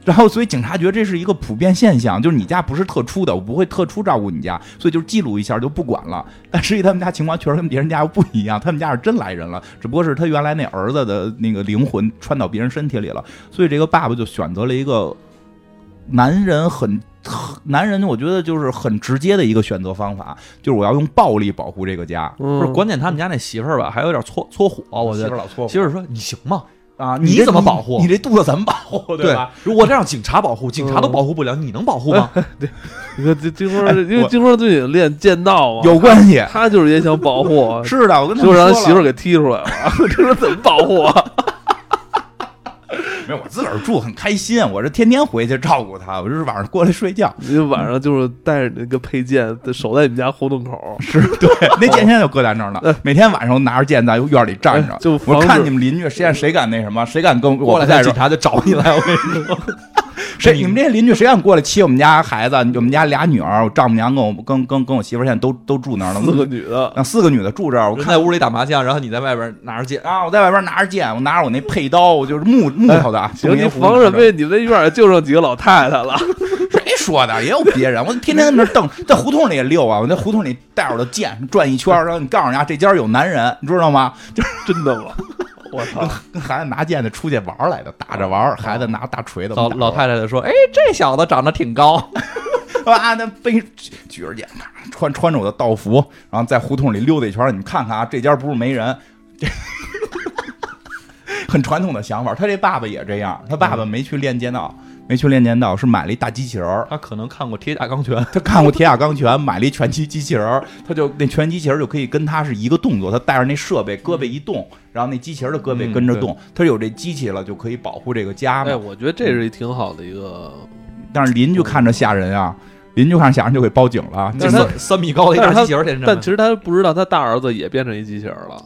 然后，所以警察觉得这是一个普遍现象，就是你家不是特殊的，我不会特殊照顾你家，所以就记录一下就不管了。但实际他们家情况确实跟别人家又不一样，他们家是真来人了，只不过是他原来那儿子的那个灵魂穿到别人身体里了，所以这个爸爸就选择了一个男人很很男人，我觉得就是很直接的一个选择方法，就是我要用暴力保护这个家。不不是关键，他们家那媳妇儿吧，还有点搓搓火，我媳觉妇得。儿老搓我媳妇儿说：“你行吗？啊，你这怎么保护你这肚子怎么保护？哦对吧？？如果这让警察保护，警察都保护不了，你能保护吗？你看这金花，因为我金花最近练剑道嘛，有关系。他就是也想保护我，是的，我跟他就们让他说了媳妇儿给踢出来了。 这说怎么保护 啊？没有，我自个儿住很开心，我这天天回去照顾他，我就是晚上过来睡觉。你晚上就是带着那个配件，守在你们家胡同口，是 对，那剑现在就搁在那儿呢，每天晚上我拿着剑在院里站着，呃哎就防我止看你们邻居，谁敢谁敢那什么，谁敢跟我过不来，在这警儿，察就找你来。我跟你说，谁你们这些邻居谁敢过来欺我们家孩子，我们家俩女儿，我丈母娘跟我跟跟跟我媳妇儿现在都都住那儿了，四个女的，啊四个女的住这 儿，我人看在屋里打麻将，然后你在外边拿着剑，啊，我在外边拿着剑，我拿着我那佩刀，我就是木木头的啊， 哎行，你东西防什么呀？你们那院儿就剩几个老太太了，谁说的？也有别人，我天天跟那儿瞪，在胡同里也溜啊，我在胡同里带着我的剑转一圈儿，然后你告诉人家这家有男人，你知道吗？ 真的吗？ 我操！跟孩子拿剑的出去玩儿来的，打着玩儿，孩子拿大锤子老打着玩儿老太太就说：“哎，这小子长得挺高。啊，那背举举着剑，啪穿穿着我的道服，然后在胡同里溜达一圈儿，你们看看啊，这家不是没人。 这很传统的想法，他这爸爸也这样，他爸爸没去练剑道，没去练剑道，是买了一大机器人儿”， 他可能看过《铁甲钢拳》，他看过《铁甲钢拳》，买了一拳击机器人儿，他就那拳击机器人儿就可以跟他是一个动作，他带着那设备，胳膊一动，然后那机器人儿的胳膊跟着动，他有这机器了，就可以保护这个家哎，嘛。我觉得这是一挺好的一个，但是邻居看着吓人啊，邻居看着吓人就给报警了。就但是是他三三米高的一大机器人，天真的但其实他不知道他大儿子也变成一机器人了啊，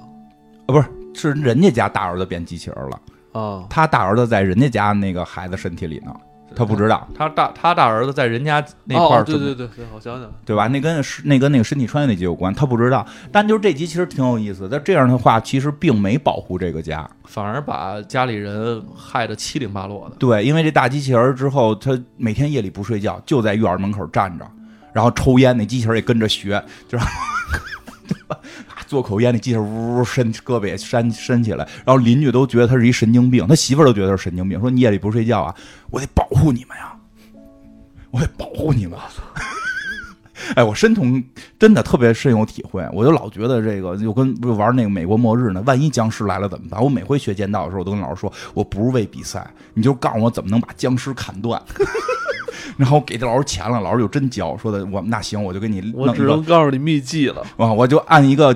不是，是人家家大儿子变机器人儿了，啊。他大儿子在人家家那个孩子身体里呢，他不知道，他大他大儿子在人家那块儿哦对准备对对对，我想想，对吧？那跟是那跟那个身体穿越那集有关，他不知道。但就是这集其实挺有意思，但这样的话其实并没保护这个家。反而把家里人害得七零八落的。对，因为这大机器人儿之后，他每天夜里不睡觉，就在院儿门口站着，然后抽烟。那机器人儿也跟着学，就是对吧啊做口烟，那机器人儿呜呜呜伸胳膊也伸伸起来，然后邻居都觉得他是一神经病，他媳妇儿都觉得他是神经病，说你夜里不睡觉啊，我得保护你们呀， 我得保护你们。哎，我深同真的特别深有体会，我就老觉得这个就跟不是玩那个美国末日呢，万一僵尸来了怎么办？我每回学剑道的时候，我都跟老师说，我不是为比赛，你就告诉我怎么能把僵尸砍断。 然后给这老师钱了，老师就真教，说的我那行，我就给你弄我一只个能告诉你秘籍了。啊，我就按一个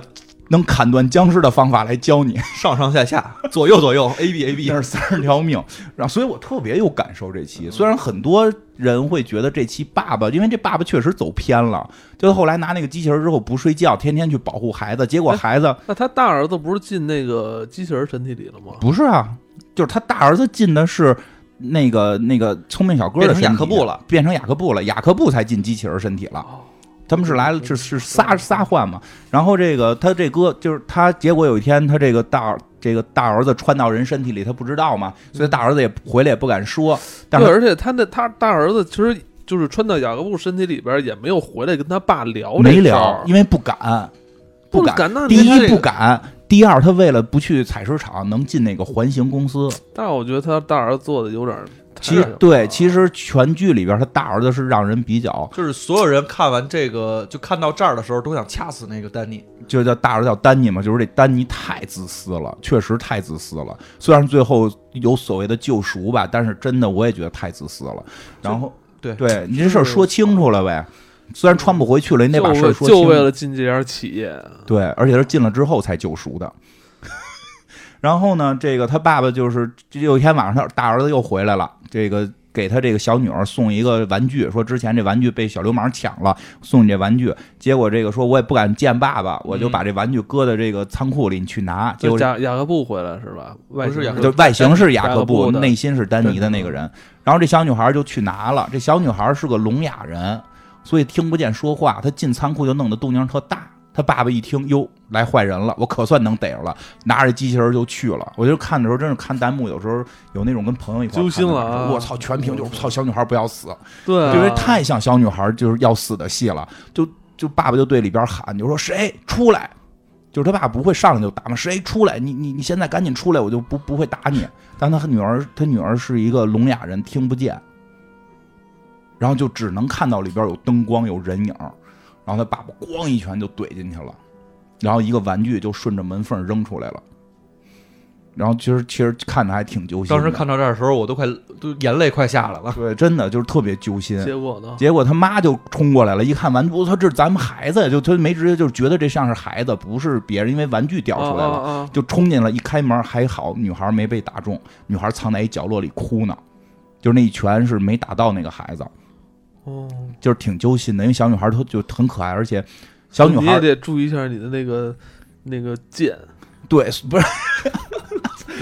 能砍断僵尸的方法来教你， 上上下下，左右左右，A B A B，那是三十条命。然后，所以我特别有感受这期。虽然很多人会觉得这期爸爸，因为这爸爸确实走偏了，就是后来拿那个机器人之后不睡觉，天天去保护孩子，哎结果孩子那他大儿子不是进那个机器人身体里了吗？不是啊，就是他大儿子进的是那个那个聪明小哥变的成身体雅各布了，变成雅各布了，雅各布才进机器人身体了。哦他们是来嗯了，是是仨仨换嘛。然后这个他这哥就是他，结果有一天他这个大这个大儿子穿到人身体里，他不知道嘛，所以大儿子也回来也不敢说。但对，是而且他那他大儿子其实就是穿到雅各布身体里边，也没有回来跟他爸聊哦这没事聊儿，因为不敢，不敢。那第你看一这不个。敢，第二他为了不去采石场，能进那个环形公司。但是我觉得他大儿子做的有点儿，其实太对，其实全剧里边他大儿子是让人比较就是所有人看完这个，就看到这儿的时候，都想掐死那个丹尼。就叫大儿子叫丹尼嘛，就是这丹尼太自私了，确实太自私了。虽然最后有所谓的救赎吧，但是真的我也觉得太自私了。然后对对你这事儿说清楚了呗，虽然穿不回去了，你得就把事为儿说就清楚为。了进这家企业，对，而且是进了之后才救赎的。 然后呢，这个他爸爸就是这有一天晚上，他大儿子又回来了，这个给他这个小女儿送一个玩具，说之前这玩具被小流氓抢了，送你这玩具。结果这个说我也不敢见爸爸，我就把这玩具搁在这个仓库里，你去拿。结就果雅雅各布回来是吧？外不是雅各布就外形是雅各雅各布，布的内心是丹尼的那个人。然后这小女孩就去拿了，这小女孩是个聋哑人，所以听不见说话。她进仓库就弄得动静特大。她爸爸一听，哟，来坏人了，我可算能逮着了，拿着机器人就去了。我就看的时候，真是看弹幕，有时候有那种跟朋友一块儿揪心看的了啊时候我操，全屏就是操，小女孩不要死，对呃啊，因为太像小女孩就是要死的戏了，就就爸爸就对里边喊，就说谁出来，就是他爸不会上来就打嘛，谁出来，你你你现在赶紧出来，我就不不会打你。但他女儿，他女儿是一个聋哑人，听不见，然后就只能看到里边有灯光有人影，然后他爸爸咣一拳就怼进去了，然后一个玩具就顺着门缝扔出来了。然后其实其实看的还挺揪心的，当时看到这儿的时候，我都快都眼泪快下来了。对，真的就是特别揪心。结果呢？结果他妈就冲过来了，一看玩具，我操，这是咱们孩子，就他没直接就觉得这像是孩子，不是别人，因为玩具掉出来了，啊啊啊就冲进来。一开门还好，女孩没被打中，女孩藏在一角落里哭呢，就是那一拳是没打到那个孩子，哦，就是挺揪心的，因为小女孩她就很可爱，而且小女你孩也得注意一下你的那个那个剑，对 不是。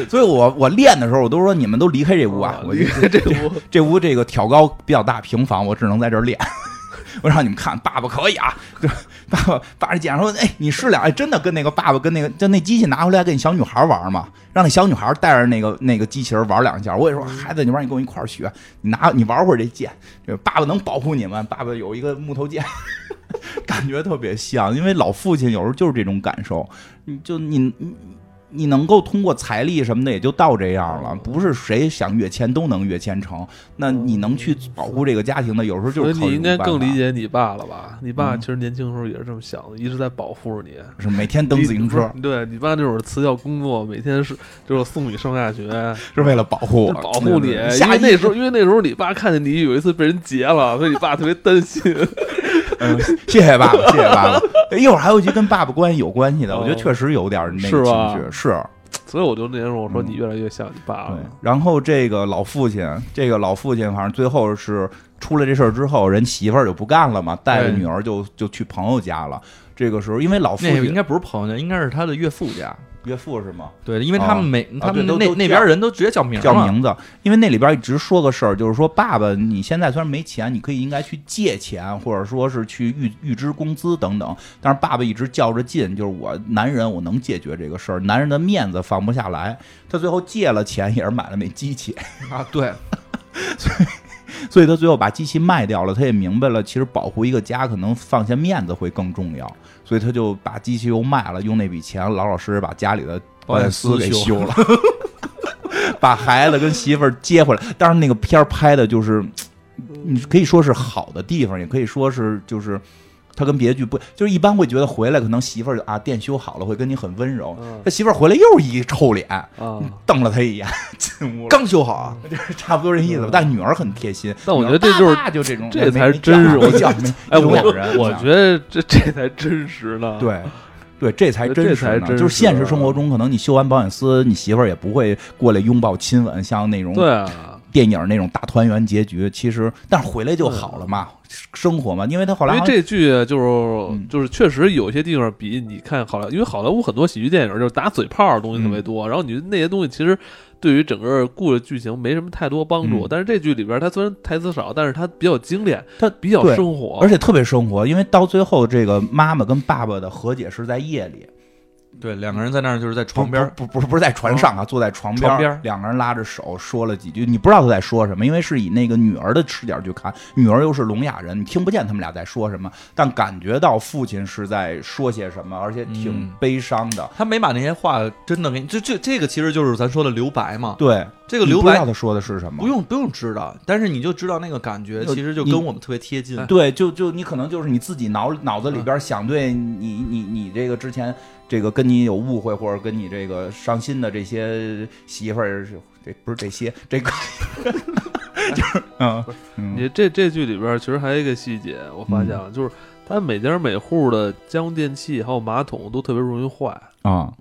所以我我练的时候，我都说你们都离开这屋啊！我哦离开这屋，这屋这个挑高比较大，平房，我只能在这儿练。 我让你们看，爸爸可以啊！就爸爸爸爸讲说，哎，你试两，哎，真的跟那个爸爸跟那个就那机器拿回来跟小女孩玩嘛，让那小女孩带着那个那个机器人玩两下。我也说，孩子，你玩，你跟我一块儿学，你拿你玩会儿这剑，这爸爸能保护你们。爸爸有一个木头剑， 感觉特别像，因为老父亲有时候就是这种感受，你就你你你能够通过财力什么的也就到这样了，不是谁想跃迁都能跃迁成。那你能去保护这个家庭的，有时候就所是以靠这你应种该办法更理解你爸了吧？你爸嗯其实年轻时候也是这么想的，一直在保护着你。是每天蹬自行车你，对你爸那会儿辞掉工作，每天是就是送你上下学， 是为了保护我，保护你。因对下为一那时候，因为那时候你爸看见你有一次被人劫了，所以你爸特别担 心。嗯， 谢谢爸爸，谢谢爸爸。 一会儿还有一集跟爸爸关系有关系的，我觉得确实有点那个哦是吧啊情绪，是。所以我就那时候我说嗯你越来越像你爸对了。，然后这个老父亲，这个老父亲，反正最后是出了这事儿之后，人媳妇儿就不干了嘛，带哎着对女儿就就去朋友家了。这个时候，因为老父那个应亲该不是朋友家，应该是他的岳父家。岳父是吗？啊对，因为他们哦每、他对们那、都那都那叫边人都直接叫名儿啊叫嘛名字，因为那里边一直说个事儿，就是说爸爸，你现在虽然没钱，你可以应该去借钱，或者说是去预预支工资等等。但是爸爸一直较着劲，就是我男人，我能解决这个事儿，男人的面子放不下来。他最后借了钱，也是买了那机器，啊。对，所以他最后把机器卖掉了，他也明白了，其实保护一个家可能放下面子会更重要，所以他就把机器又卖了，用那笔钱老老实实把家里的保险丝给修了， 把孩子跟媳妇儿接回来。当然，那个片儿拍的就是，你可以说是好的地方，也可以说是就是。他跟别的剧不就是一般会觉得回来可能媳妇儿就啊店修好了会跟你很温柔，嗯他媳妇儿回来又是一臭脸，啊，瞪了他一眼， 进屋了。刚修好啊。差不多这意思吧。但女儿很贴心，嗯但我觉得这就是女儿爸爸就这种，这才是真是我我叫哎，我聋哑人，我你觉知道吗得这这才真实呢。对。对，这才真这实才真呢。实就是现实生活中，可能你修完保险丝，你媳妇儿也不会过来拥抱亲吻，像那种对啊，电影那种大团圆结局。其实，但是回来就好了嘛，生活嘛。因为他后因来为好像这剧就是嗯就是确实有些地方比你看好莱，因为好莱坞很多喜剧电影就是打嘴炮的东西特嗯别多，然后你那些东西其实对于整个故事剧情没什么太多帮助，嗯但是这剧里边它虽然台词少，但是它比较精炼，它比较对生活，而且特别生活，因为到最后这个妈妈跟爸爸的和解是在夜里，对，两个人在那儿就是在床边儿，哦不不不不是在船上啊，坐在床边儿床边儿两个人拉着手说了几句，你不知道他在说什么，因为是以那个女儿的视角去看，女儿又是聋哑人，你听不见他们俩在说什么，但感觉到父亲是在说些什么，而且挺嗯悲伤的。他没把那些话真的给你，这这这个其实就是咱说的留白嘛。对，这个你留不知道白他说的是什么，不用不用知道，但是你就知道那个感觉，就其实就你跟我们特别贴近。对，就就你可能就是你自己脑脑子里边想对你你你这个之前这个跟你有误会或者跟你这个伤心的这些媳妇儿，这不是这些这个， 就是嗯嗯你这这剧里边儿其实还有一个细节，我发现了，就是它每家每户的家用电器还有马桶都特别容易坏，啊，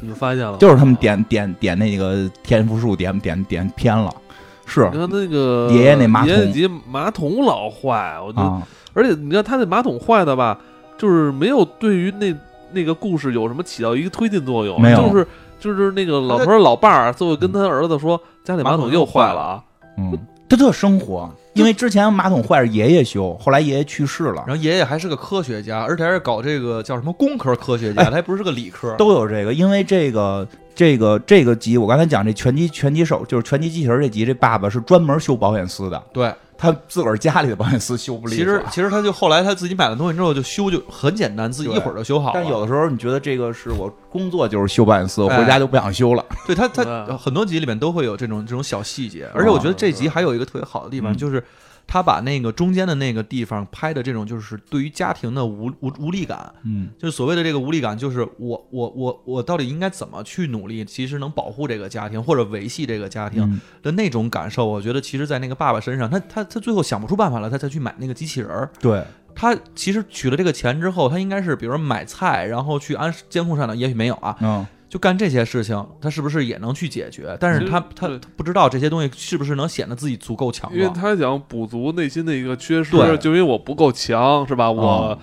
你们发现了吗？就是他们点点点那个天赋树点点点偏了，是你看那个爷爷那马桶爷爷级马桶老坏，我就、啊，而且你看他那马桶坏的吧，就是没有对于那那个故事有什么起到一个推进作用，没有就是就是那个老头儿老伴儿最后跟他儿子说，家里马桶又坏了啊，嗯，他特生活，因为之前马桶坏是爷爷修，后来爷爷去世了然。后爷爷还是个科学家，而且还是搞这个叫什么工科科学家，哎他还不是个理科。都有这个，因为这个这个这个集，我刚才讲这拳击拳击手就是拳击机器人这集，这爸爸是专门修保险丝的，对，他自个儿家里的保险丝修不利其索实其实他就后来他自己买了东西之后就修就很简单，自己对一会儿就修好了。啊但有的时候你觉得这个是我工作就是修保险丝，我哎回家就不想修了。对他，他对很多集里面都会有这种这种小细节，而且我觉得这集还有一个特别好的地方，哦嗯就是他把那个中间的那个地方拍的这种，就是对于家庭的无无无力感，嗯，就是所谓的这个无力感，就是我我我我到底应该怎么去努力，其实能保护这个家庭或者维系这个家庭嗯的那种感受，我觉得其实，在那个爸爸身上，他他他最后想不出办法了，他才去买那个机器人儿。对，他其实取了这个钱之后，他应该是比如说买菜，然后去安监控上的，也许没有啊，嗯，就干这些事情，他是不是也能去解决？但是他他对他不知道这些东西是不是能显得自己足够强因为壮。他想补足内心的一个缺失对，就因为我不够强，是吧？我、哦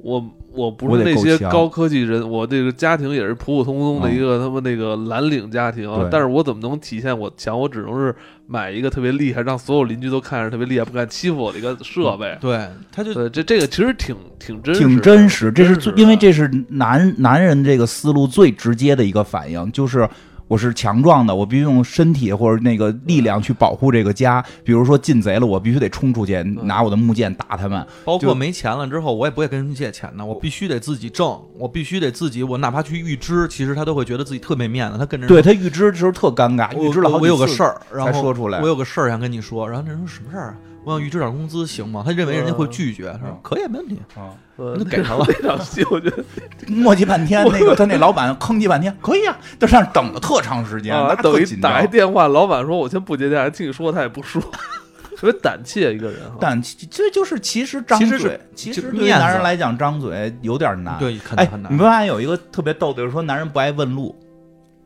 我我不我是得那够些强高科技人，我这个家庭也是普普通通的嗯一个他们那个蓝领家庭啊对，但是我怎么能体现我强？我只能是买一个特别厉害，让所有邻居都看着特别厉害，不敢欺负我的一个设备。对，他就呃对，这这个其实挺挺真实的，挺真实，这是最真的因为这是男男人这个思路最直接的一个反应，就是。我是强壮的，我必须用身体或者那个力量去保护这个家。比如说进贼了，我必须得冲出去，拿我的木剑打他们。包括就没钱了之后，我也不会跟人借钱的，我必须得自己挣，我必须得自己，我哪怕去预支，其实他都会觉得自己特没面子，他跟人哎对他预知的时候特尴尬，我预知了好我几有个次事儿，然后说出来我有个事儿想跟你说，然后那人说什么事儿啊？我想预支点工资行吗？他认为人家会拒绝，他说可以没问题，啊，呃，嗯那就给他了。那场戏我觉 得磨叽半天，那个他那老板吭叽半天，可以啊，就上等了特长时间，啊，哎那等特于紧打张一。电话，老板说我先不接电话，听你说他也不说， 特别胆怯一个人啊哈。但其这就是其实张其实嘴是，其实就是对于面子男人来讲，张嘴有点难。，对，肯定哎很，难你不发现有一个特别逗的，就是说男人不爱问路，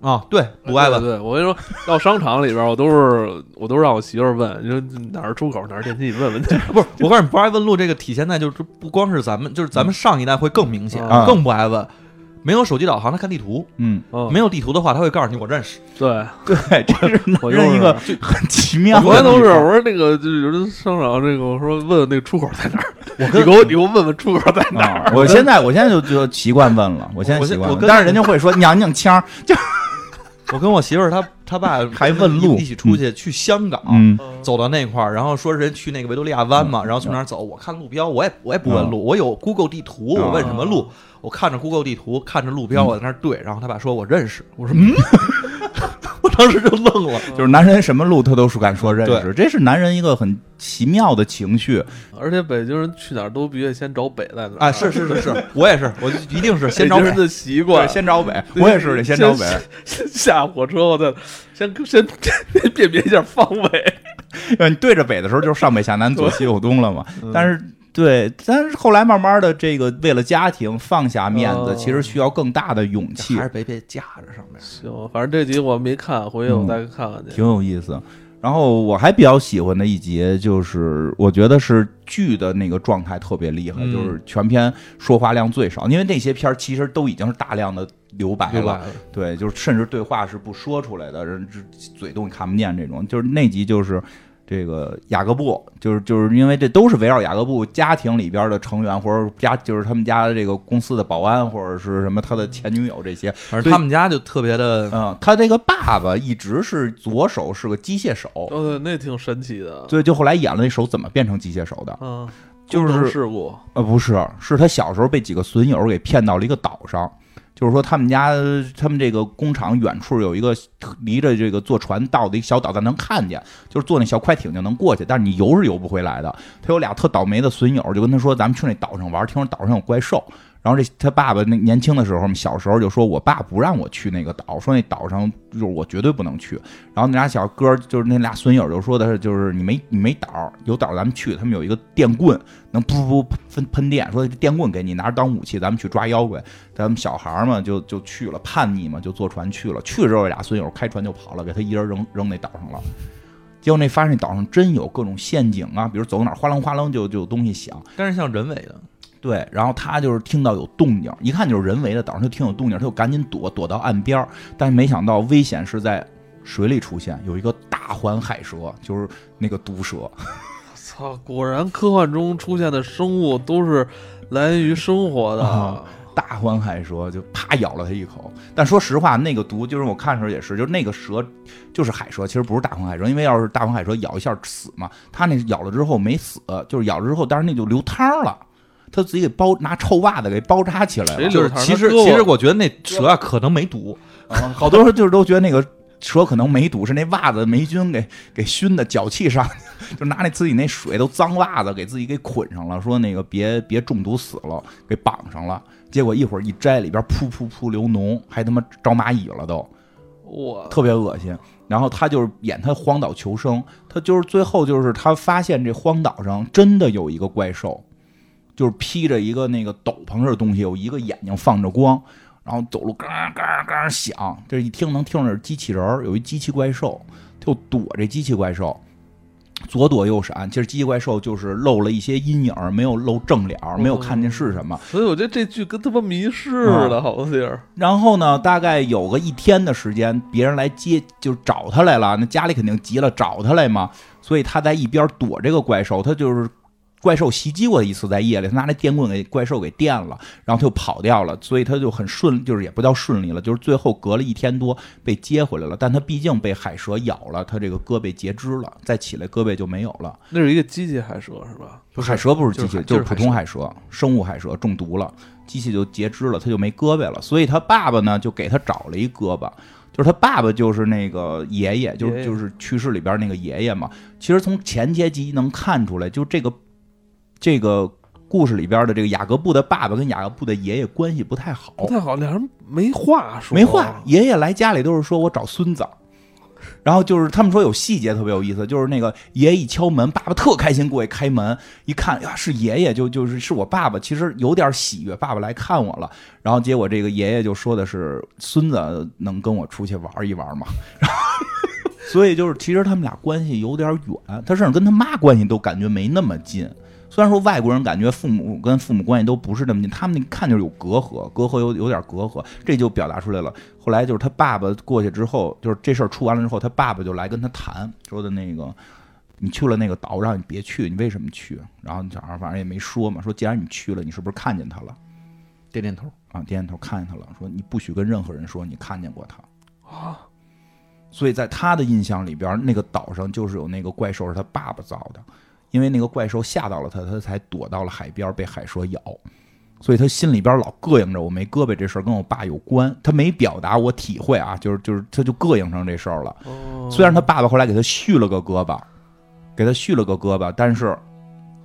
啊，对，不爱问，对，对我跟你说，到商场里边，我都是我都让我媳妇儿问，你说哪儿出口，哪儿电梯，你问 问去。不是，我告诉你，不爱问路这个体现在就是不光是咱们，就是咱们上一代会更明显，啊更不爱问。没有手机导航，他看地图；嗯，嗯，没有地图的话，他会告诉你我认识。对， 对，这是男人一个很奇妙的地我方。都是我说那个就是有人商场这个，我说问问那个出口在哪儿，我你给我你给我问问出口在哪儿。啊，我现在我现在就就习惯问了，我现在我习现惯我了，跟但是人家会说娘娘腔儿，就我跟我媳妇儿她她爸还问路一起出去去香港，嗯走到那块儿，然后说人去那个维多利亚湾嘛，然后从哪儿走？我看路标，我也我也不问路，我有 Google 地图，啊我问什么路？我看着 Google 地图，看着路标，我在那儿对，然后他爸说我认识，我说嗯，我当时就愣了。就是男人什么路他都是敢说认识，这是男人一个很奇妙的情绪。而且北京人去哪儿都必须先找北在哪儿。啊哎，是是是是，我也是，我就一定是先北找京北人的习惯，先找北， 我也是得先找北。先下火车，我再先先先辨别一下方位。呃，你对着北的时候就是上北下南左西右东了嘛。但是对，但是后来慢慢的，这个为了家庭放下面子，哦其实需要更大的勇气还，是别别架着上面。行，反正这集我没看，回去我再看看去。嗯挺有意思。然后我还比较喜欢的一节，就是我觉得是剧的那个状态特别厉害，嗯就是全篇说话量最少，因为那些片儿其实都已经是大量的留白对了吧，？对，就是甚至对话是不说出来的，人只嘴动看不见这种。就是那集就是这个雅各布，就是就是因为这都是围绕雅各布家庭里边的成员，或者家就是他们家的这个公司的保安，或者是什么他的前女友这些。反正他们家就特别的，嗯，他这个爸爸一直是左手是个机械手，哦，对，那挺神奇的。所以就后来演了那手怎么变成机械手的。嗯，就是工程事故。呃，不是，是他小时候被几个损友给骗到了一个岛上，就是说他们家他们这个工厂远处有一个离着这个坐船到的一个小岛，但能看见，就是坐那小快艇就能过去，但是你游是游不回来的。他有俩特倒霉的损友，就跟他说咱们去那岛上玩，听说岛上有怪兽。然后这他爸爸那年轻的时候嘛，小时候就说我爸不让我去那个岛，说那岛上就是我绝对不能去。然后那俩小哥儿就是那俩损友就说的是就是你没你没岛，有岛咱们去。他们有一个电棍，能噗噗噗喷喷电，说这电棍给你拿着当武器，咱们去抓妖怪。咱们小孩儿嘛，就就去了，叛逆嘛，就坐船去了。去了之后，俩损友开船就跑了，给他一人扔扔那岛上了。结果那发现那岛上真有各种陷阱啊，比如走哪儿哗啷哗啷就就有东西响。但是像人为的，对，然后他就是听到有动静，一看就是人为的，岛上就听有动静，他就赶紧躲，躲到岸边儿。但是没想到危险是在水里出现，有一个大环海蛇，就是那个毒蛇。操，果然科幻中出现的生物都是来源于生活的。啊大环海蛇就啪咬了他一口。但说实话，那个毒就是我看的时候也是，就是那个蛇就是海蛇，其实不是大环海蛇，因为要是大环海蛇咬一下死嘛，它那咬了之后没死，就是咬了之后，但是那就流汤了，它自己给包拿臭袜子给包扎起来谁了。就是就是其其实实其其实实我觉得那蛇啊可能没毒，啊好多人就是都觉得那个。蛇可能没毒，是那袜子霉菌给给熏的，脚气上，就拿那自己那水都脏袜子给自己给捆上了，说那个别别中毒死了，给绑上了。结果一会儿一摘，里边噗噗噗流脓，还他妈招蚂蚁了都。我特别恶心。然后他就是演他荒岛求生，他就是最后就是他发现这荒岛上真的有一个怪兽，就是披着一个那个斗篷似的东西，有一个眼睛放着光，然后走路嘎嘎嘎响，这一听能听着是机器人儿，有一机器怪兽，就躲这机器怪兽。左躲右闪，其实机器怪兽就是露了一些阴影儿，没有露正脸儿，没有看见是什么。所以我觉得这剧跟他妈迷失啊似的，好多地儿。然后呢，大概有个一天的时间，别人来接，就是找他来了。那家里肯定急了，找他来嘛。所以他在一边躲这个怪兽，他就是怪兽袭击过一次，在夜里，他拿那电棍给怪兽给电了，然后他就跑掉了。所以他就很顺，就是也不叫顺利了，就是最后隔了一天多被接回来了。但他毕竟被海蛇咬了，他这个胳膊截肢了，再起来胳膊就没有了。那是一个机器海蛇是吧？不是海蛇不是就机是器，海就就是是普海通蛇海蛇，生物海蛇中毒了，机器就截肢了，它就没胳膊了。所以他爸爸呢，就给他找了一胳膊。就是他爸爸就是那个爷爷，就爷是爷就是去世里边那个爷爷嘛。其实从前些集能看出来，就这个这个故事里边的这个雅各布的爸爸跟雅各布的爷爷关系不太好，不太好，俩人没话说，没话。爷爷来家里都是说我找孙子，然后就是他们说有细节特别有意思，就是那个爷爷一敲门，爸爸特开心过去开门，一看呀是爷爷，就就是是我爸爸，其实有点喜悦，爸爸来看我了。然后结果这个爷爷就说的是孙子能跟我出去玩一玩吗？ 然后。所以就是，其实他们俩关系有点远，他甚至跟他妈关系都感觉没那么近。虽然说外国人感觉父母跟父母关系都不是这么近，他们那看就是有隔阂，隔阂有有点隔阂，这就表达出来了。后来就是他爸爸过去之后，就是这事儿出完了之后，他爸爸就来跟他谈，说的那个你去了那个岛，让你别去，你为什么去？然后小孩反正也没说嘛，说既然你去了，你是不是看见他了？点点头。啊，点点头看见他了，说你不许跟任何人说你看见过他。啊，所以在他的印象里边，那个岛上就是有那个怪兽是他爸爸造的，因为那个怪兽吓到了他，他才躲到了海边被海蛇咬。所以他心里边老膈应着我没胳膊这事儿跟我爸有关，他没表达我体会啊，就是就是他就膈应成这事儿了。哦虽然他爸爸后来给他续了个胳膊，给他续了个胳膊，但是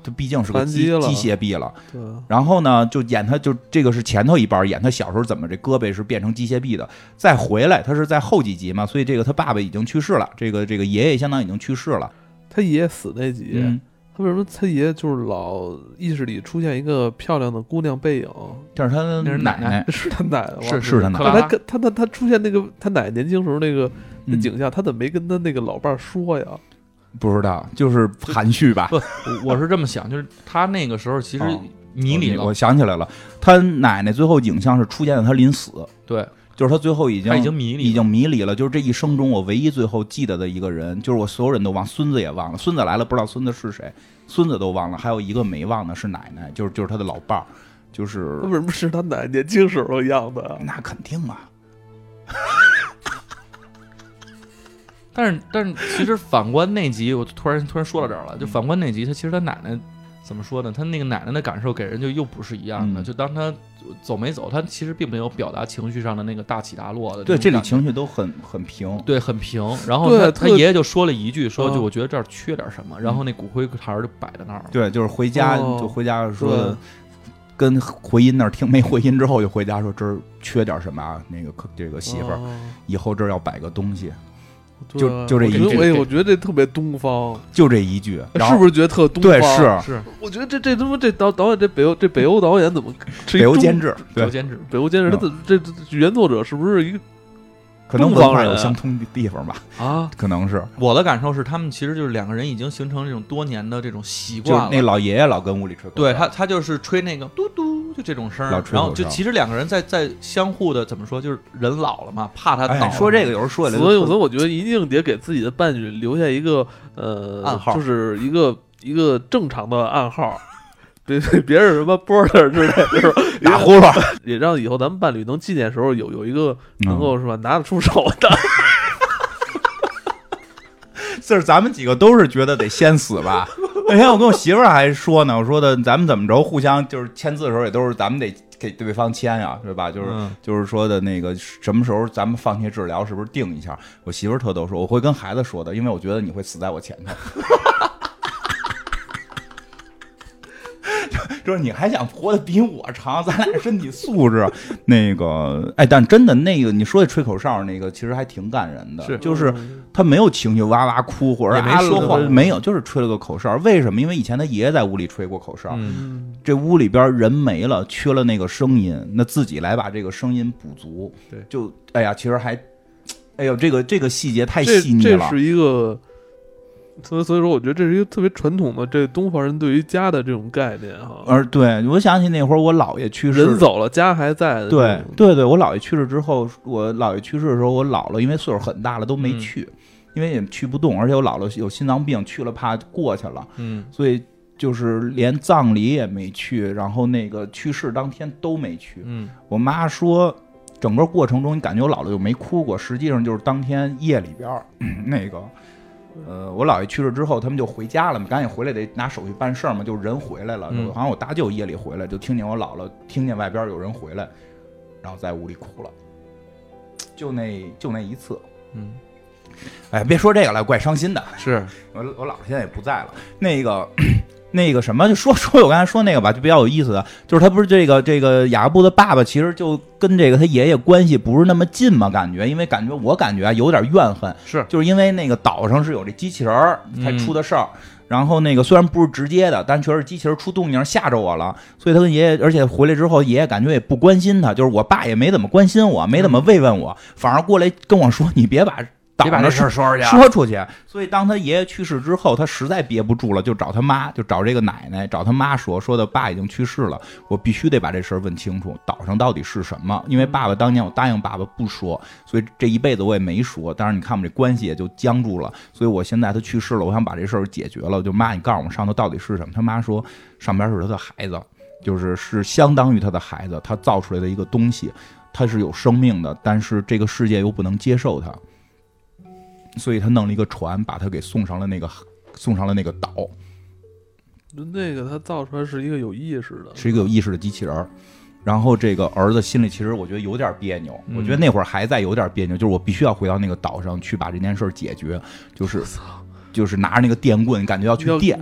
他毕竟是个残机疾了机械臂了，对然后呢，就演他就这个是前头一半演他小时候怎么这胳膊是变成机械臂的，再回来他是在后几集嘛，所以这个他爸爸已经去世了，这个这个爷爷相当已经去世了，嗯嗯他爷爷死那集，他为什么他爷就是老意识里出现一个漂亮的姑娘背影？但是他那是奶奶奶 是他奶吗？是哎是他奶克奶拉那拉他跟他他他出现那个他奶年轻时候那个那嗯景象，他怎么没跟他那个老伴儿说呀？ 不知道，就是含蓄 吧。不，我我是这么想，就是他那个时候其实哦迷里我了，想起来了，他奶奶最后影像是出现在他临死，对就是他最后已经他已经迷已里了，经迷离了，就是这一生中我唯一最后记得的一个人，就是我所有人都忘，孙子也忘了，孙子来了不知道孙子是谁，孙子都忘了，还有一个没忘的是奶奶，就是就是他的老伴儿，就是他为什么是他奶年轻时候的样子啊？那肯定啊，但是但是其实反观那集，我突然突然说到这儿了，就反观那集，他其实他奶奶怎么说呢？他那个奶奶的感受给人就又不是一样的。嗯就当他走没走，他其实并没有表达情绪上的那个大起大落的。对，这里情绪都很很平，嗯对很平。然后对他特他爷爷就说了一句，说嗯就我觉得这儿缺点什么，然后那骨灰坛儿就摆在那儿了。对，就是回家、哦就回家对 说，跟回音那儿听没回音之后就回家说这儿缺点什么啊，那个可这个媳妇儿、哦以后这儿要摆个东西，对就就这我一觉得句哎，这我觉得这特别东方，就这一句，然哎后是不是觉得特东方？对是是我觉得这这他妈这导导演这北欧这北欧导演怎么这一北欧中监制，有对，监制。北欧监制他嗯怎么这这这原作者是不是一个可能东文方化人有相通的地方吧，啊？可能是。我的感受是，他们其实就是两个人已经形成这种多年的这种习就是惯了。那老爷爷老跟屋里吹口哨，对他，他就是吹那个嘟嘟，就这种声儿老，吹然后口就哨其实两个人在在相互的怎么说，就是人老了嘛，怕他倒哎，了。说这个有时候说起来所以，就所以特，我觉得一定得给自己的伴侣留下一个呃暗号就是一个一个正常的暗号， 别别别是什么 border 之类的，是吧？打呼噜，也也让以后咱们伴侣能纪念时候有有一个能嗯够是吧拿得出手的。就是咱们几个都是觉得得先死 吧。那天我跟我媳妇儿还说呢，我说的咱们怎么着，互相就是签字的时候也都是咱们得给对方签呀、对吧？就是、嗯就是说的那个什么时候咱们放弃治疗，是不是定一下？我媳妇儿特逗说，我会跟孩子说的，因为我觉得你会死在我前头。 就是你还想活得比我长，咱俩身体素质，那个，哎，但真的那个，你说起吹口哨那个，其实还挺感人的，是 就是嗯他没有情绪哇哇哭，或者也没啊说话没有，就是吹了个口哨。为什么？因为以前他爷爷在屋里吹过口哨，嗯，嗯，这屋里边人没了，缺了那个声音，那自己来把这个声音补足。对就哎呀，其实还，哎呦，这个这个细节太这细腻这了。是一个。所以，所以说，我觉得这是一个特别传统的这东方人对于家的这种概念哈。而对我想起那会儿我姥爷去世，人走了，家还在的这对种。对对，我姥爷去世之后，我姥爷去世的时候，我姥姥因为岁数很大了都没嗯去，因为也去不动，而且我姥姥有心脏病，去了怕过去了，嗯，所以就是连葬礼也没去，然后那个去世当天都没去。嗯，我妈说，整个过程中你感觉我姥姥就没哭过，实际上就是当天夜里边儿 那个。呃，我姥爷去世之后，他们就回家了嘛，赶紧回来得拿手续办事儿嘛，就人回来了。嗯好像我大舅夜里回来，就听见我姥姥听见外边有人回来，然后在屋里哭了，就那就那一次。嗯，哎，别说这个了，怪伤心的。是我我姥姥现在也不在了。那个那个什么，就说说我刚才说那个吧，就比较有意思的，就是他不是这个这个雅各布的爸爸，其实就跟这个他爷爷关系不是那么近嘛，感觉，因为感觉我感觉啊有点怨恨，是，嗯就是因为那个岛上是有这机器人儿才出的事儿。然后那个虽然不是直接的，但确实机器人出动静儿吓着我了，所以他跟爷爷，而且回来之后，爷爷感觉也不关心他，就是我爸也没怎么关心我，没怎么慰问我，反而过来跟我说：“你别把岛嗯别把上这的事儿说出去啊。说出去。所以当他爷爷去世之后，他实在憋不住了，就找他妈，就找这个奶奶，找他妈说，说的爸已经去世了，我必须得把这事儿问清楚，岛上到底是什么？因为爸爸当年我答应爸爸不说，所以这一辈子我也没说。当然你看我们这关系也就僵住了，所以我现在他去世了，我想把这事儿解决了，我就妈，你告诉我上头到底是什么？他妈说上边是他的孩子。就是是相当于他的孩子，他造出来的一个东西，他是有生命的，但是这个世界又不能接受他，所以他弄了一个船，把他给送上了那个送上了那个岛，那个他造出来是一个有意识的，是一个有意识的机器人儿。然后这个儿子心里其实我觉得有点别扭，嗯我觉得那会儿还在有点别扭，就是我必须要回到那个岛上去把这件事儿解决，就是就是拿着那个电棍，感觉要去要电。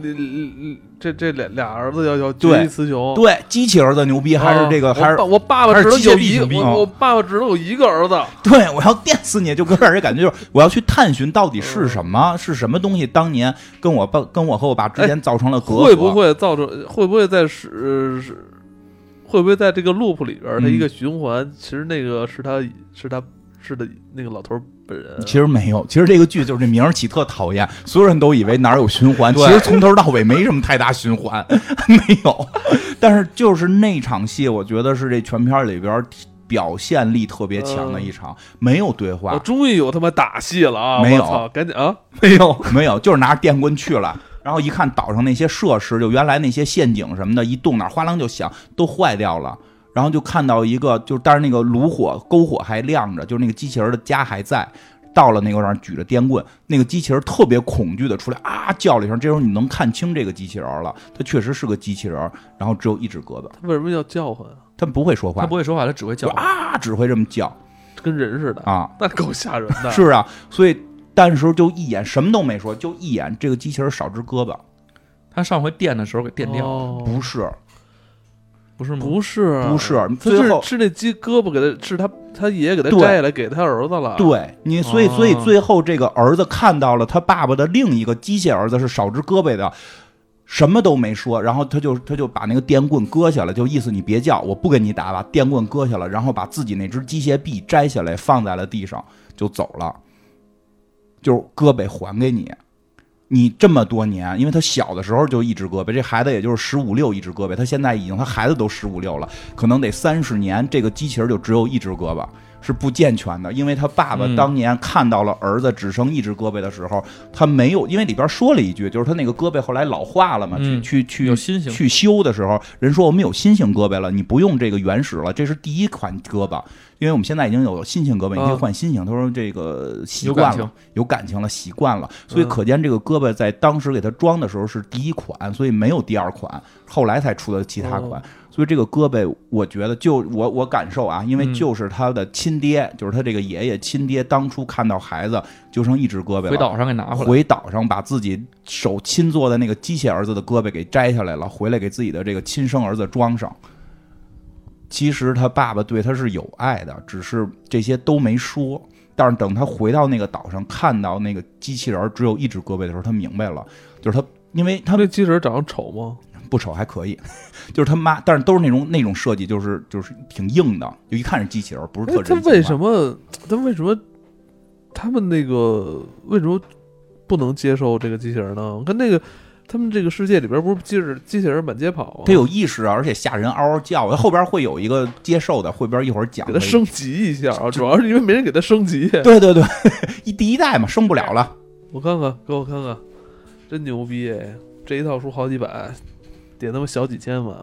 这这俩俩儿子要要对决一雌雄，对，机器儿子牛逼，还是这个，啊还我是爸我爸爸还只是能机械有臂一挺逼我、啊我爸爸只能有一个儿子， 对，我要电死你，就给让人感觉就是 我要去探寻到底是什么，是什么东西当年跟我爸、跟我和我爸之间造成了隔阂。哎会不会造成会不会在是、呃是会不会在这个 loop 里边儿的嗯一个循环？其实那个是他是他是的那个老头儿本人，其实没有，其实这个剧就是这名儿起特讨厌，所有人都以为哪儿有循环，其对实从头到尾没什么太大循环， 没有。但是就是那场戏，我觉得是这全片里边儿表现力特别强的一场，没有对我话，终于有他妈打戏了啊！没有我操，赶紧啊！哎没有， 没有，就是拿着电棍去了。然后一看岛上那些设施，就原来那些陷阱什么的，一动哪儿哗啷就响，都坏掉了。然后就看到一个，就是但是那个炉火篝火还亮着，就是那个机器人的家还在。到了那个那儿举着电棍，那个机器人特别恐惧的出来啊叫了一声。这时候你能看清这个机器人了，它确实是个机器人，然后只有一只胳膊，他为什么要叫唤啊？它不会说话，他不会说话，他只会叫。啊只会这么叫跟人似的，啊。那够吓人的。是啊，所以但是就一眼什么都没说，就一眼这个机器人少只胳膊，他上回电的时候给电掉，哦不是，不是吗？不是不是，他最后是是那鸡胳膊给他，是他他爷爷给他对摘下来给他儿子了。，对你，所以所以哦最后这个儿子看到了他爸爸的另一个机械儿子是少只胳膊的，什么都没说，然后他就他就把那个电棍割下来，就意思你别叫，我不跟你打，把电棍割下来，然后把自己那只机械臂摘下来放在了地上就走了，就是胳膊还给你。你这么多年，因为他小的时候就一只胳膊，这孩子也就是十五六一只胳膊，他现在已经他孩子都十五六了，可能得三十年，这个机器人就只有一只胳膊，是不健全的。因为他爸爸嗯当年看到了儿子只剩一只胳膊的时候，他没有，因为里边说了一句，就是他那个胳膊后来老化了嘛，嗯去去有去新型，去修的时候，人说我们有新型胳膊了，你不用这个原始了，这是第一款胳膊，因为我们现在已经有新型胳膊，你可以啊换新型。他说这个习嗯有惯感了，情有感情了，习惯了，所以嗯可见这个胳膊在当时给他装的时候是第一款，所以没有第二款，后来才出的其他款。所以这个胳膊，我觉得就我我感受啊，因为嗯就是他的亲爹，就是他这个爷爷亲爹，当初看到孩子就剩一只胳膊回了。岛上给拿回来。回岛上把自己手亲做的那个机械儿子的胳膊给摘下来了，回来给自己的这个亲生儿子装上。其实他爸爸对他是有爱的，只是这些都没说。但是等他回到那个岛上，看到那个机器人儿只有一只胳膊的时候，他明白了，就是他，因为他他那鸡人长得丑吗？不丑还可以， 就是他妈，但是都是那种那种设计，就是就是挺硬的，就一看是机器人儿，不是特哎人他性化。为什么？他为什么？他们那个为什么不能接受这个机器人呢？我看那个他们这个世界里边不是机器人机器人满街跑吗？他有意识啊，而且吓人，嗷嗷叫。后边会有一个接受的，后边一会儿讲给会他升级一下啊，主要是因为没人给他升级。对对对， 一第一代嘛，升不了了。我看看，给我看看，真牛逼哎！这一套书好几百，得他妈小几千万。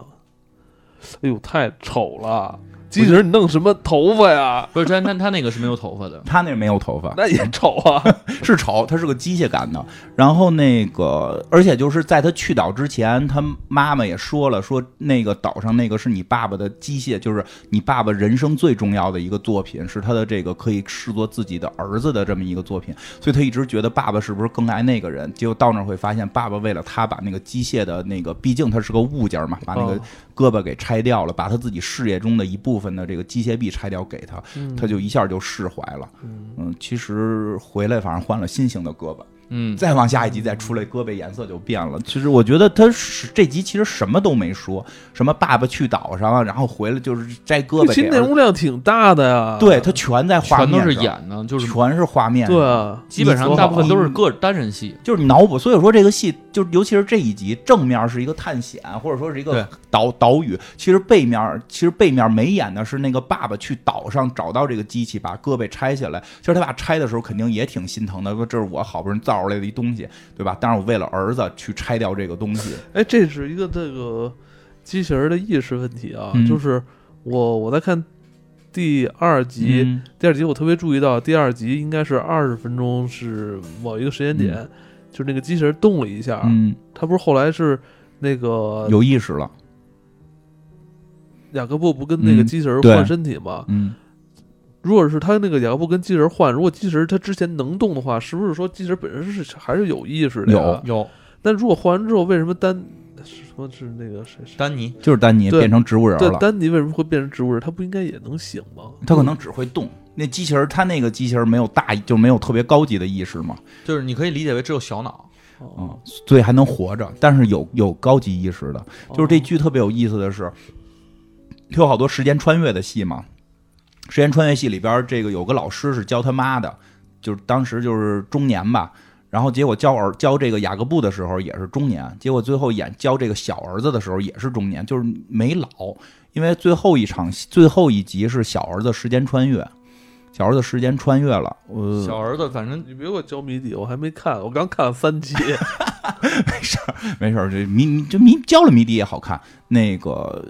哎呦，太丑了！机器人你弄什么头发呀？不是，但但他那个是没有头发的，他那没有头发，那也丑啊！是丑，他是个机械感的。然后那个，而且就是在他去岛之前，他妈妈也说了，说那个岛上那个是你爸爸的机械，就是你爸爸人生最重要的一个作品，是他的这个可以视作自己的儿子的这么一个作品。所以他一直觉得爸爸是不是更爱那个人？结果到那儿会发现，爸爸为了他把那个机械的那个，毕竟他是个物件嘛，把那个哦胳膊给拆掉了，把他自己事业中的一部分的这个机械臂拆掉给他，他就一下就释怀了。嗯，其实回来反正换了新型的胳膊，嗯，再往下一集再出来，胳膊颜色就变了。其实我觉得他是这集其实什么都没说，什么爸爸去岛上啊，然后回来就是摘胳膊其给实内儿子，容量挺大的呀。对他全在画全都面上，是演的，就是全是画面上，对啊，基本上大部分都是你个单人戏。就是你脑补。所以说这个戏，就是尤其是这一集，正面是一个探险，或者说是一个对岛岛屿。其实背面，其实背面没演的是那个爸爸去岛上找到这个机器，把胳膊拆下来。其实他爸拆的时候肯定也挺心疼的，说这是我好不容易造出来的一东西，对吧？但是我为了儿子去拆掉这个东西，哎，这是一个这个机器人的意识问题啊。嗯就是我我在看第二集，嗯第二集我特别注意到，第二集应该是二十分钟是某一个时间点，就是那个机器人动了一下，嗯，他不是后来是那个啊有意识了，雅各布不跟那个嗯机器人对换身体吗？嗯，如果是他那个雅各布跟基什换，如果基什他之前能动的话，是不是说基什本身是还是有意识的？有。有但如果换完之后，为什么丹是什么是那个谁？谁丹尼，就是丹尼对变成植物人对了，丹尼为什么会变成植物人？他不应该也能醒吗？他可能只会动。那机器人，他那个机器人没有大，就没有特别高级的意识嘛，就是你可以理解为只有小脑。哦嗯，所以还能活着，但是有有高级意识的。就是这剧特别有意思的是，它有好多时间穿越的戏嘛。时间穿越戏里边儿，这个有个老师是教他妈的，就是当时就是中年吧。然后结果教儿教这个雅各布的时候也是中年，结果最后演教这个小儿子的时候也是中年，就是没老。因为最后一场戏最后一集是小儿子时间穿越，小儿子时间穿越了，呃，小儿子反正你别给我教谜底，我还没看，我刚看了三 集。没事儿，这迷迷就迷交了迷底也好看。那个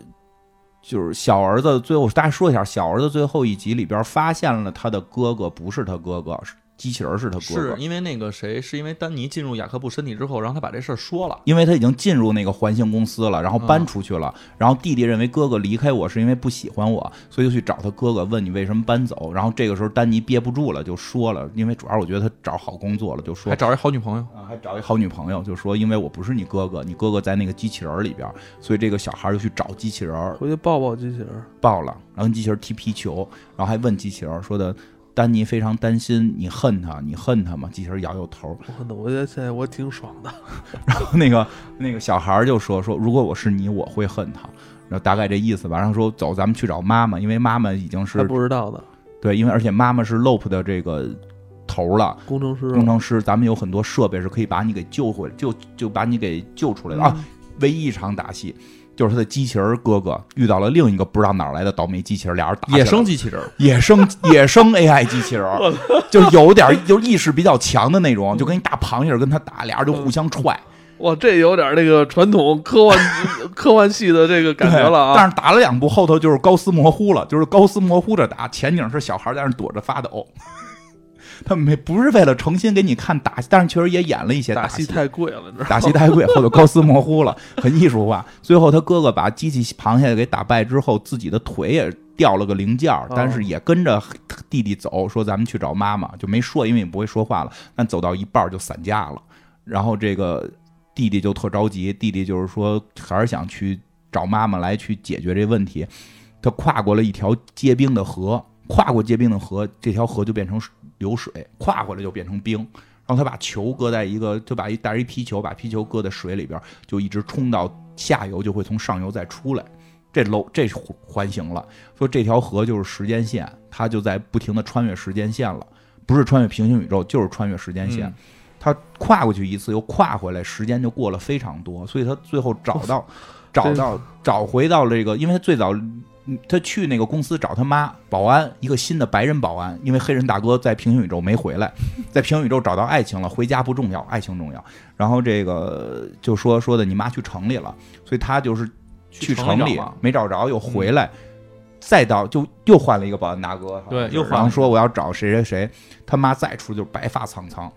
就是小儿子最后，大家说一下，小儿子最后一集里边发现了他的哥哥不是他哥哥，是机器人是他哥是哥，因为那个谁，是因为丹尼进入雅克布身体之后，然后他把这事儿说了。因为他已经进入那个环形公司了，然后搬嗯出去了。然后弟弟认为哥哥离开我是因为不喜欢我，所以就去找他哥哥问你为什么搬走。然后这个时候丹尼憋不住了，就说了，因为主要我觉得他找好工作了，就说还找一好女朋友，啊，还找一好女朋友，就说因为我不是你哥哥，你哥哥在那个机器人儿里边儿，所以这个小孩儿就去找机器人儿，回去抱抱机器人。爆了，然后跟机器人踢皮球，然后还问机器人说的，丹尼非常担心，你恨他，你恨他吗？机器人摇摇头， 我可能我觉得现在我挺爽的。然后那个那个小孩儿就说说，如果我是你，我会恨他，然后大概这意思吧。然后说走，咱们去找妈妈，因为妈妈已经还是不知道呢，对，因为而且妈妈是 LOP 的这个头儿了。工程师工程师，咱们有很多设备是可以把你给救回，就就把你给救出来嗯的啊！唯一一场打戏，就是他的机器人哥哥遇到了另一个不知道哪儿来的倒霉机器人，俩人打起来野了生机器人儿，野生 野生 AI 机器人儿，就是有点儿就是意识比较强的那种，就跟一大螃蟹儿跟他打，俩人就互相踹，哇，这有点那个传统科 幻科幻系的这个感觉了啊！对但是打了两步，后头就是高斯模糊了，就是高斯模糊着打，前景是小孩在那儿躲着发抖。 他没不是为了诚心给你看打戏，但是确实也演了一些打戏戏太贵了，你知道吗？打戏太贵，后头高斯模糊了，很艺术化。最后他哥哥把机器螃蟹给打败之后，自己的腿也掉了个零件儿，但是也跟着弟弟走，说咱们去找妈妈，就没说，因为也不会说话了。但走到一半儿就散架了，然后这个弟弟就特着急，弟弟就是说还是想去找妈妈来去解决这问题。他跨过了一条结冰的河，跨过结冰的河，这条河就变成流水，跨回来就变成冰。然后他把球搁在一个，就把一带着一皮球，把皮球搁在水里边，就一直冲到下游，就会从上游再出来。这楼这环形了，说这条河就是时间线，它就在不停的穿越时间线了，不是穿越平行宇宙，就是穿越时间线。嗯他跨过去一次，又跨回来，时间就过了非常多，所以他最后找到，找到找回到了这个，因为他最早嗯他去那个公司找他妈保安，一个新的白人保安，因为黑人大哥在平行宇宙没回来，在平行宇宙找到爱情了，回家不重要，爱情重要。然后这个就说说的你妈去城里了，所以他就是去城城里里找嘛嗯没找着，又回来，再到就又换了一个保安大哥，好像对是又换了然后说我要找谁谁谁，他妈再出就是白发苍苍，